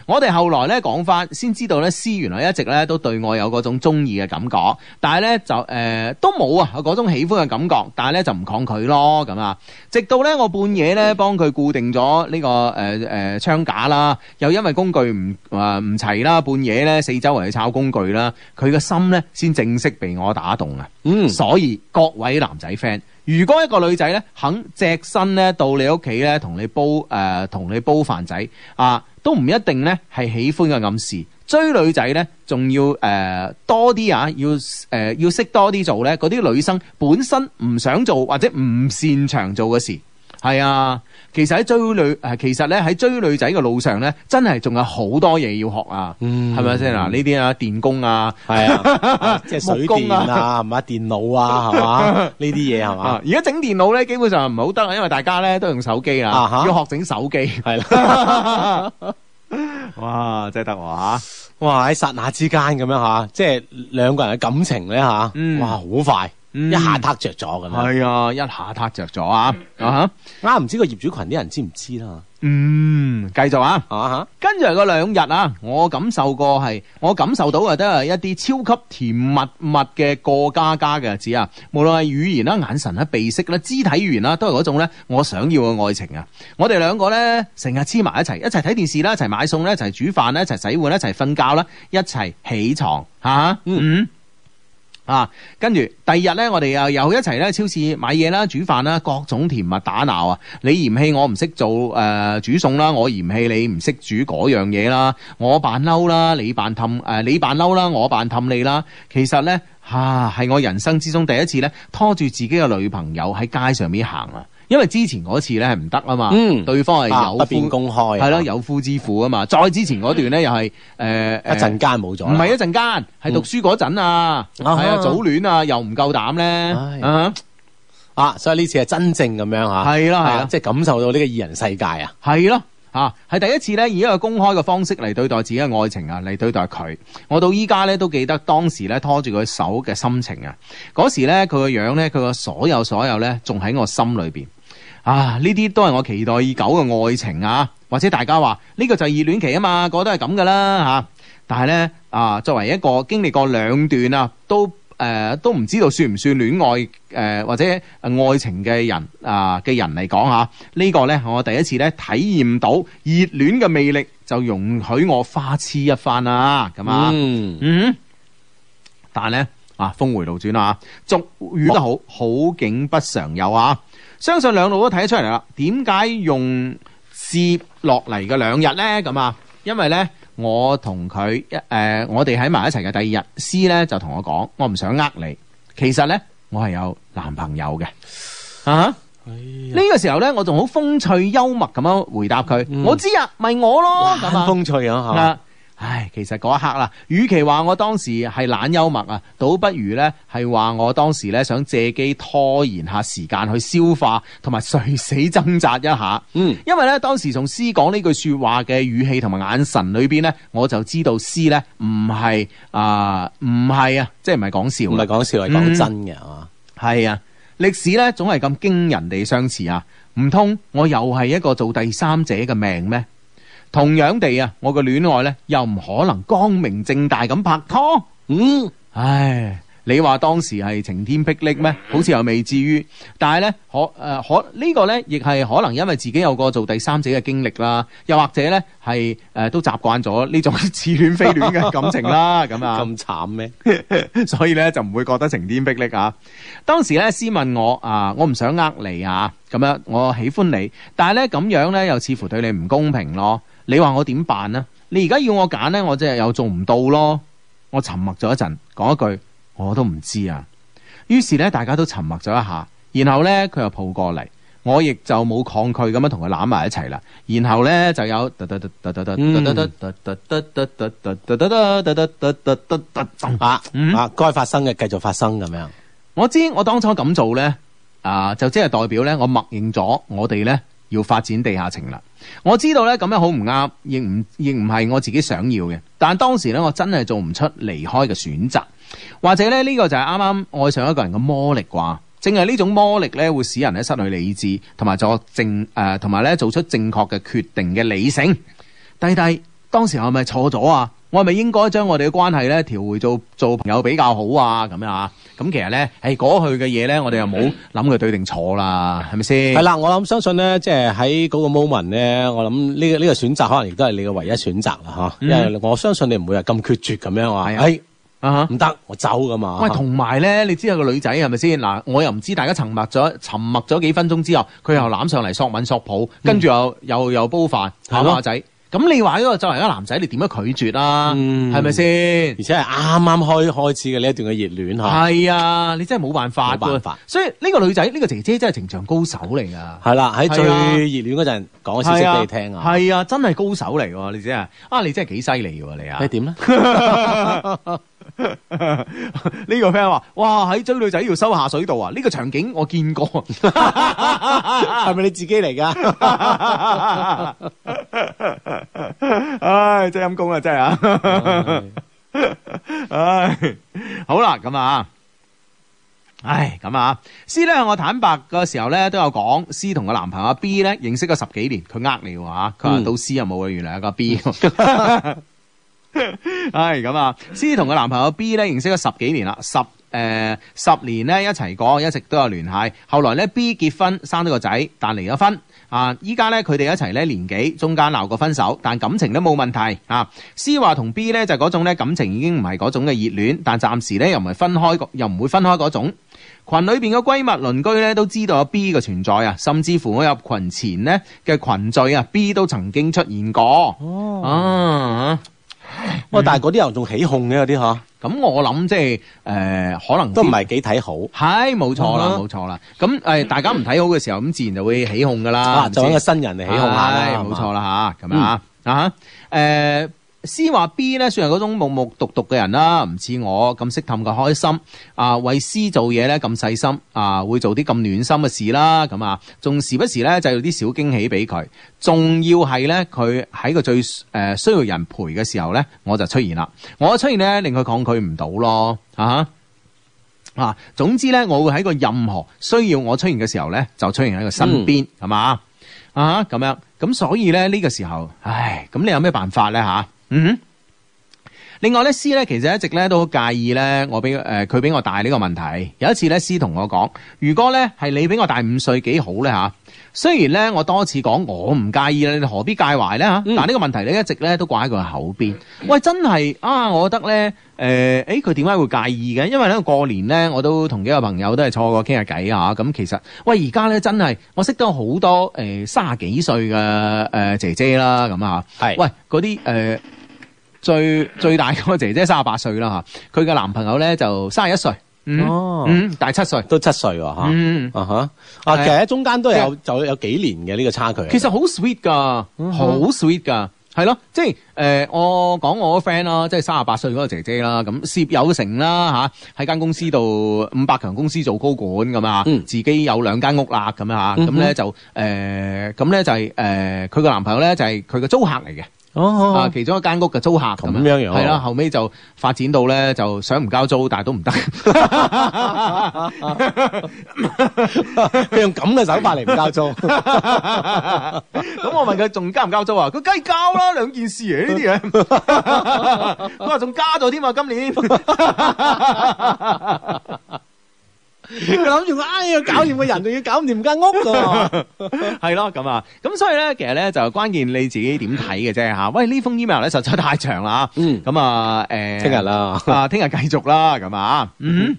A: 我哋後來咧講翻，先知道咧詩原來一直咧都對我有嗰種中意嘅感覺，但係咧就誒、呃都冇啊嗰種喜歡嘅感覺，但係咧就唔抗拒咯咁啊。直到咧我半夜咧幫佢固定咗呢、個誒誒窗架啦，又因為工具唔啊唔齊啦，半夜咧四周圍去抄工具啦，佢嘅心咧先正式被我打動啊！
C: 嗯
A: 所以各位男仔 friend，如果一個女仔咧肯隻身咧到你屋企咧同你煲誒同、你煲飯仔啊，都唔一定咧係喜歡嘅暗示。追女仔咧，仲要誒、呃多啲啊，要誒、呃要識多啲做咧嗰啲女生本身唔想做或者唔擅長做嘅事。係啊，其實喺追女誒，其實咧喺追女仔嘅路上咧，真係仲有好多嘢要學啊，
C: 嗯
A: 係咪先嗱？呢啲啊，電工啊，
C: 係
A: [laughs]
C: 啊，即係
A: 木
C: 水
A: 工
C: 電
A: 啊
C: 啊，係嘛，電腦啊，係嘛，
A: [laughs]
C: 呢啲嘢係嘛
A: 啊，，而家整電腦咧，基本上唔好得啊，因為大家咧都用手機啊，
C: 啊哈
A: 要學整手機。 [laughs]
C: 係啦。
A: 哇，真係得喎啊嚇！
C: 哇！喺剎那之間咁樣吓，即係兩個人嘅感情咧吓，
A: 嗯
C: 哇，好快，
A: 嗯
C: 一下撻着咗咁樣。
A: 系啊，一下挞着咗啊，啊哈，
C: 啱唔知個業主群啲人知唔知啦？
A: 嗯，继续啊。
C: 啊嚇，
A: 跟住嚟嗰兩日啊，我感受過係，我感受到嘅都係一啲超級甜蜜蜜嘅過家家嘅日子啊！無論係語言啦、眼神啦、鼻息啦、肢體語言啦，都係嗰種咧我想要嘅愛情啊！我哋兩個咧成日黐埋一齊，一齊睇電視啦，一齊買餸啦，一齊煮飯啦，一齊洗碗啦，一齊瞓覺啦，一齊起床嚇、啊嗯啊，跟住第二日咧，我哋又又一齊咧超市買嘢啦、煮飯啦，各種甜蜜打鬧啊！你嫌棄我唔識做誒、呃煮餸啦，我嫌棄你唔識煮嗰樣嘢啦，我扮嬲啦，你扮氹誒你扮嬲啦，我扮氹你啦。其實咧嚇係我人生之中第一次咧拖住自己嘅女朋友喺街上面行啊！因為之前嗰次咧係唔得啊嘛，
C: 嗯
A: 對方係
C: 啊
A: 有
C: 不便
A: 夫
C: 公開啊
A: 係咯有夫之婦啊嘛。再之前嗰段咧又係誒、呃
C: 一陣間冇咗啦。
A: 唔啊係一陣間，係讀書嗰陣啊，係
C: 嗯啊哈
A: 啊，早戀啊，又唔夠膽咧，
C: 唉
A: 啊
C: 啊，所以呢次係真正咁樣嚇，
A: 係啦係啦
C: 啊即係感受到呢個二人世界啊！
A: 係咯。啊，係第一次咧，以一個公開嘅方式嚟對待自己嘅愛情啊，嚟對待佢。我到依家咧都記得當時咧拖住佢手嘅心情啊。嗰時咧佢個樣咧，佢個所有所有咧，仲喺我心裏邊。啊，呢啲都係我期待已久嘅愛情啊，或者大家話呢、個就係熱戀期啊嘛，個個都係咁噶啦嚇。但係咧啊，作為一個經歷過兩段啊，都誒、呃都唔知道算唔算戀愛誒、呃或者呃愛情嘅人啊嘅人嚟講嚇，呢個咧我第一次咧體驗到熱戀嘅魅力，就容許我花痴一番啦，咁啊。
C: 嗯，
A: 嗯，但系咧啊，峰回路轉啊，俗語都好，好景不常有啊。相信兩路都睇得出嚟啦。點解用接落嚟嘅兩日咧？咁啊，因為咧。我同佢一誒，我哋喺埋一齊嘅第二日，C 咧就同我講，我唔想呃你。其實咧，我係有男朋友嘅。啊！呢個時候咧，我仲好風趣幽默咁樣回答佢：我知啊，咪我咯。咁啊，
C: 風趣啊嚇。
A: 啊唉，其實嗰一刻啦，與其話我當時係懶幽默啊，倒不如呢係話我當時呢想借機拖延下時間去消化同埋垂死掙扎一下。
C: 嗯，
A: 因為呢當時從 C 講呢句説話嘅語氣同埋眼神裏邊呢，我就知道 C 呢唔係啊，唔係啊，即係唔係講笑
C: 唔
A: 啦
C: 係講笑，係
A: 嗯
C: 講真嘅啊！
A: 係啊，歷史咧總係咁驚人地相似啊！唔通我又係一個做第三者嘅命咩？同樣地啊，我嘅戀愛咧又唔可能光明正大咁拍拖。
C: 嗯，
A: 唉，你話當時係晴天霹靂咩？好似又未至於，但係咧可誒、呃可呢、個咧，亦係可能因為自己有個做第三者嘅經歷啦，又或者咧係誒都習慣咗呢種 [laughs] 似戀非戀嘅感情啦，咁啊。
C: 咁慘咩？
A: 所以咧就唔會覺得晴天霹靂啊！當時咧先問我啊，我唔想呃你啊，咁樣我喜歡你，但係咧咁樣咧又似乎對你唔公平咯。你話我點辦呢？你而家要我揀呢，我真係又做唔到咯。我沉默咗一陣，講一句我都唔知啊。於是咧大家都沉默咗一下，然後咧佢又抱過嚟。我亦就冇抗拒咁樣同佢攬埋一齊啦，然後咧就有
C: 啊
A: 嗯
C: 啊，該發生嘅繼續發生咁樣。
A: 我知我當初咁做呢，啊，就即係代表呢，我默認咗我哋呢要發展地下情啦。我知道呢，咁樣好唔啱，亦唔亦唔係我自己想要嘅。但當時呢，我真係做唔出離開嘅選擇，或者呢，呢、個就係啱啱愛上一個人嘅魔力啩。正係呢種魔力呢，會使人呢失去理智，同埋作正誒，同埋呢做出正確嘅決定嘅理性。弟弟，當時我係咪錯咗啊？我係咪應該將我哋嘅關係咧調回做做朋友比較好啊？咁樣啊？咁其實咧，係過去嘅嘢咧，我哋又冇諗佢對定錯啦，係咪先？
C: 係啦，我諗相信咧，即係喺嗰個 moment 咧，我諗呢個呢個選擇可能亦都係你嘅唯一選擇啦吓，
A: 嗯
C: 因為我相信你唔會係咁決絕咁樣話，
A: 係啊
C: 哎
A: 啊哈
C: 唔得，我走噶嘛。
A: 喂，同埋咧，你知道個女仔係咪先？嗱，我又唔知大家沉默咗，沉默咗幾分鐘之後，佢又攬上嚟索吻索抱，跟住又又又煲飯
C: 係
A: 打
C: 嗯咯
A: 馬仔。咁你話呢個作為一個男仔，你點樣拒絕啊？
C: 嗯
A: 係咪先
C: 而？且係啱啱開開始嘅呢一段嘅熱戀吓。
A: 係啊，你真係冇辦法
C: 冇辦
A: 㗎
C: 法。
A: 所以呢個女仔，呢個姐姐真係情場高手嚟㗎。
C: 係啦，喺最
A: 係啊
C: 熱戀嗰陣講消息俾你聽啊。
A: 系啊，真係高手嚟喎！你真係啊，你真係幾犀利喎！你啊，
C: 你點咧？
A: [laughs] 呢個 friend 話：，哇，喺追女仔要收下水道啊！呢個場景我見
C: [laughs]
A: 過。
C: 係啊咪你自己
A: [laughs]
C: 嚟㗎？
A: 唉，真係陰公啊，真係啊！唉，好啦，咁啊。唉，咁啊，C 咧向我坦白嘅時候咧都有講，C 同個男朋友阿 B 咧認識咗十幾年，佢呃你喎嚇，佢話
C: 嗯
A: 到 C 又冇啊，原來有個 B。唉， [laughs] 咁啊，C 同佢男朋友 B 咧認識咗十幾年啦，十诶、十年咧一齊過，一直都有聯繫。後來咧 B 結婚生咗個仔，但離咗婚。啊！依家咧佢哋一齊咧年幾，中間鬧過分手，但感情都冇問題啊。C 話同 B 咧就嗰種咧感情已經唔係嗰種嘅熱戀，但暫時咧又唔係分開嗰，又唔會分開嗰種。群裏邊嘅閨蜜鄰居咧都知道有 B 嘅存在啊，甚至乎我入群前咧嘅群聚啊，B 都曾經出現過。哦，啊
C: 哇！但係嗰啲人仲起哄嘅，有啲吓
A: 咁我諗即係誒、呃可能
C: 都唔係幾睇好
A: 係冇錯啦，
C: 啊哈
A: 冇錯啦。咁誒、呃大家唔睇好嘅時候，咁自然就會起哄噶啦。
C: 啊！
A: 係咪
C: 就揾個
A: 先
C: 新人嚟起哄下啦啊嗯
A: 係，
C: 係
A: 冇
C: 嘛
A: 錯啦吓，咁樣啊啊誒。C 話 B 咧算係嗰種木木獨獨嘅人啦，唔似我咁識氹佢開心啊，為 C 做嘢咧咁細心啊，會做啲咁暖心嘅事啦，咁啊，仲時不時咧製造啲小驚喜俾佢，仲要係咧佢喺個最誒、呃需要人陪嘅時候咧，我就出現啦，我出現咧令佢抗拒唔到咯，啊哈啊，總之咧，我會喺個任何需要我出現嘅時候咧，就出現喺佢身邊，係嘛、啊咁樣，咁所以咧呢、個時候，唉，咁你有咩辦法咧吓、嗯哼。另外咧，C 咧其實一直咧都好介意咧，我比誒佢比我大呢個問題。有一次咧，C 同我講：如果咧係你比我大五歲幾好咧嚇。雖然咧我多次講我唔介意啦，你何必介懷咧嚇？
C: 嗯
A: 但呢個問題咧一直咧都掛喺佢口邊。喂，真係啊，我覺得咧誒，誒佢點解會介意嘅？因為咧過年咧我都同幾個朋友都係坐過傾下偈嚇。咁其實喂而家咧真係我識到好多誒三十幾歲嘅誒姐姐啦咁啊。
C: 係
A: 喂嗰啲誒。呃最最大嗰個姐姐三十八歲啦嚇，佢嘅男朋友咧就三十一歲，嗯，
C: 哦
A: 嗯大七歲，
C: 都七歲喎吓。
A: 嗯，
C: 啊哈！啊，
A: 係啊
C: 其實喺中間都有
A: 即
C: 就有幾年嘅呢個差距。啊
A: 其實好 sweet 噶，
C: 嗯
A: 好 sweet 噶。係咯，即係誒、呃我講我個 friend 啦，即係三十八歲嗰個姐姐啦，咁涉有成啦吓，喺、間公司度五百強公司做高管咁啊，
C: 嗯
A: 自己有兩間屋啦咁啊，咁咧、就誒，呃咁、咧就係誒佢個男朋友咧就係佢嘅租客嚟嘅。啊，
C: 哦，
A: 其中一間屋嘅租客咁
C: 咁哦樣樣
A: 係啦，後尾就發展到咧就想唔交租，但係都唔得。 [laughs]
C: [laughs] 佢用咁嘅手法嚟唔交租，
A: [laughs] 咁我問佢仲交唔交租啊？佢梗係交啦，兩件事嚟呢啲嘢。 [laughs] 佢話仲加咗添啊，今年。 [laughs]
C: 佢諗住我哎呀搞掂個人，仲要搞掂間屋㗎。
A: 係咯，咁啊，咁所以咧，其實咧就關鍵你自己點睇嘅啫吓。喂，呢封 email 咧實在太長啦，
C: 嗯
A: 咁啊，誒，
C: [laughs] 聽日啦，
A: [laughs] 啊，聽日繼續啦，咁啊，嗯。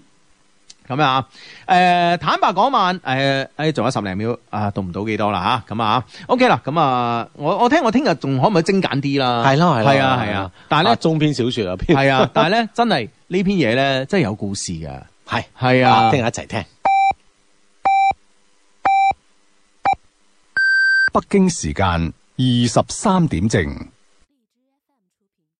A: 咁啊，誒、坦白講晚，誒、誒仲有十零秒啊，讀唔到幾多啦吓，咁啊，OK 啦，咁啊，我我聽我聽日仲可唔可以精簡啲啦？
C: 係咯係咯
A: 係啊係啊，但係咧
C: 啊中篇小說啊篇
A: 係啊，但係咧，真係呢篇嘢咧，真係有故事噶。
C: 係
A: 係
C: 啊，
A: 啊，
C: 聽日一齊聽。
D: 北京時間二十三點正。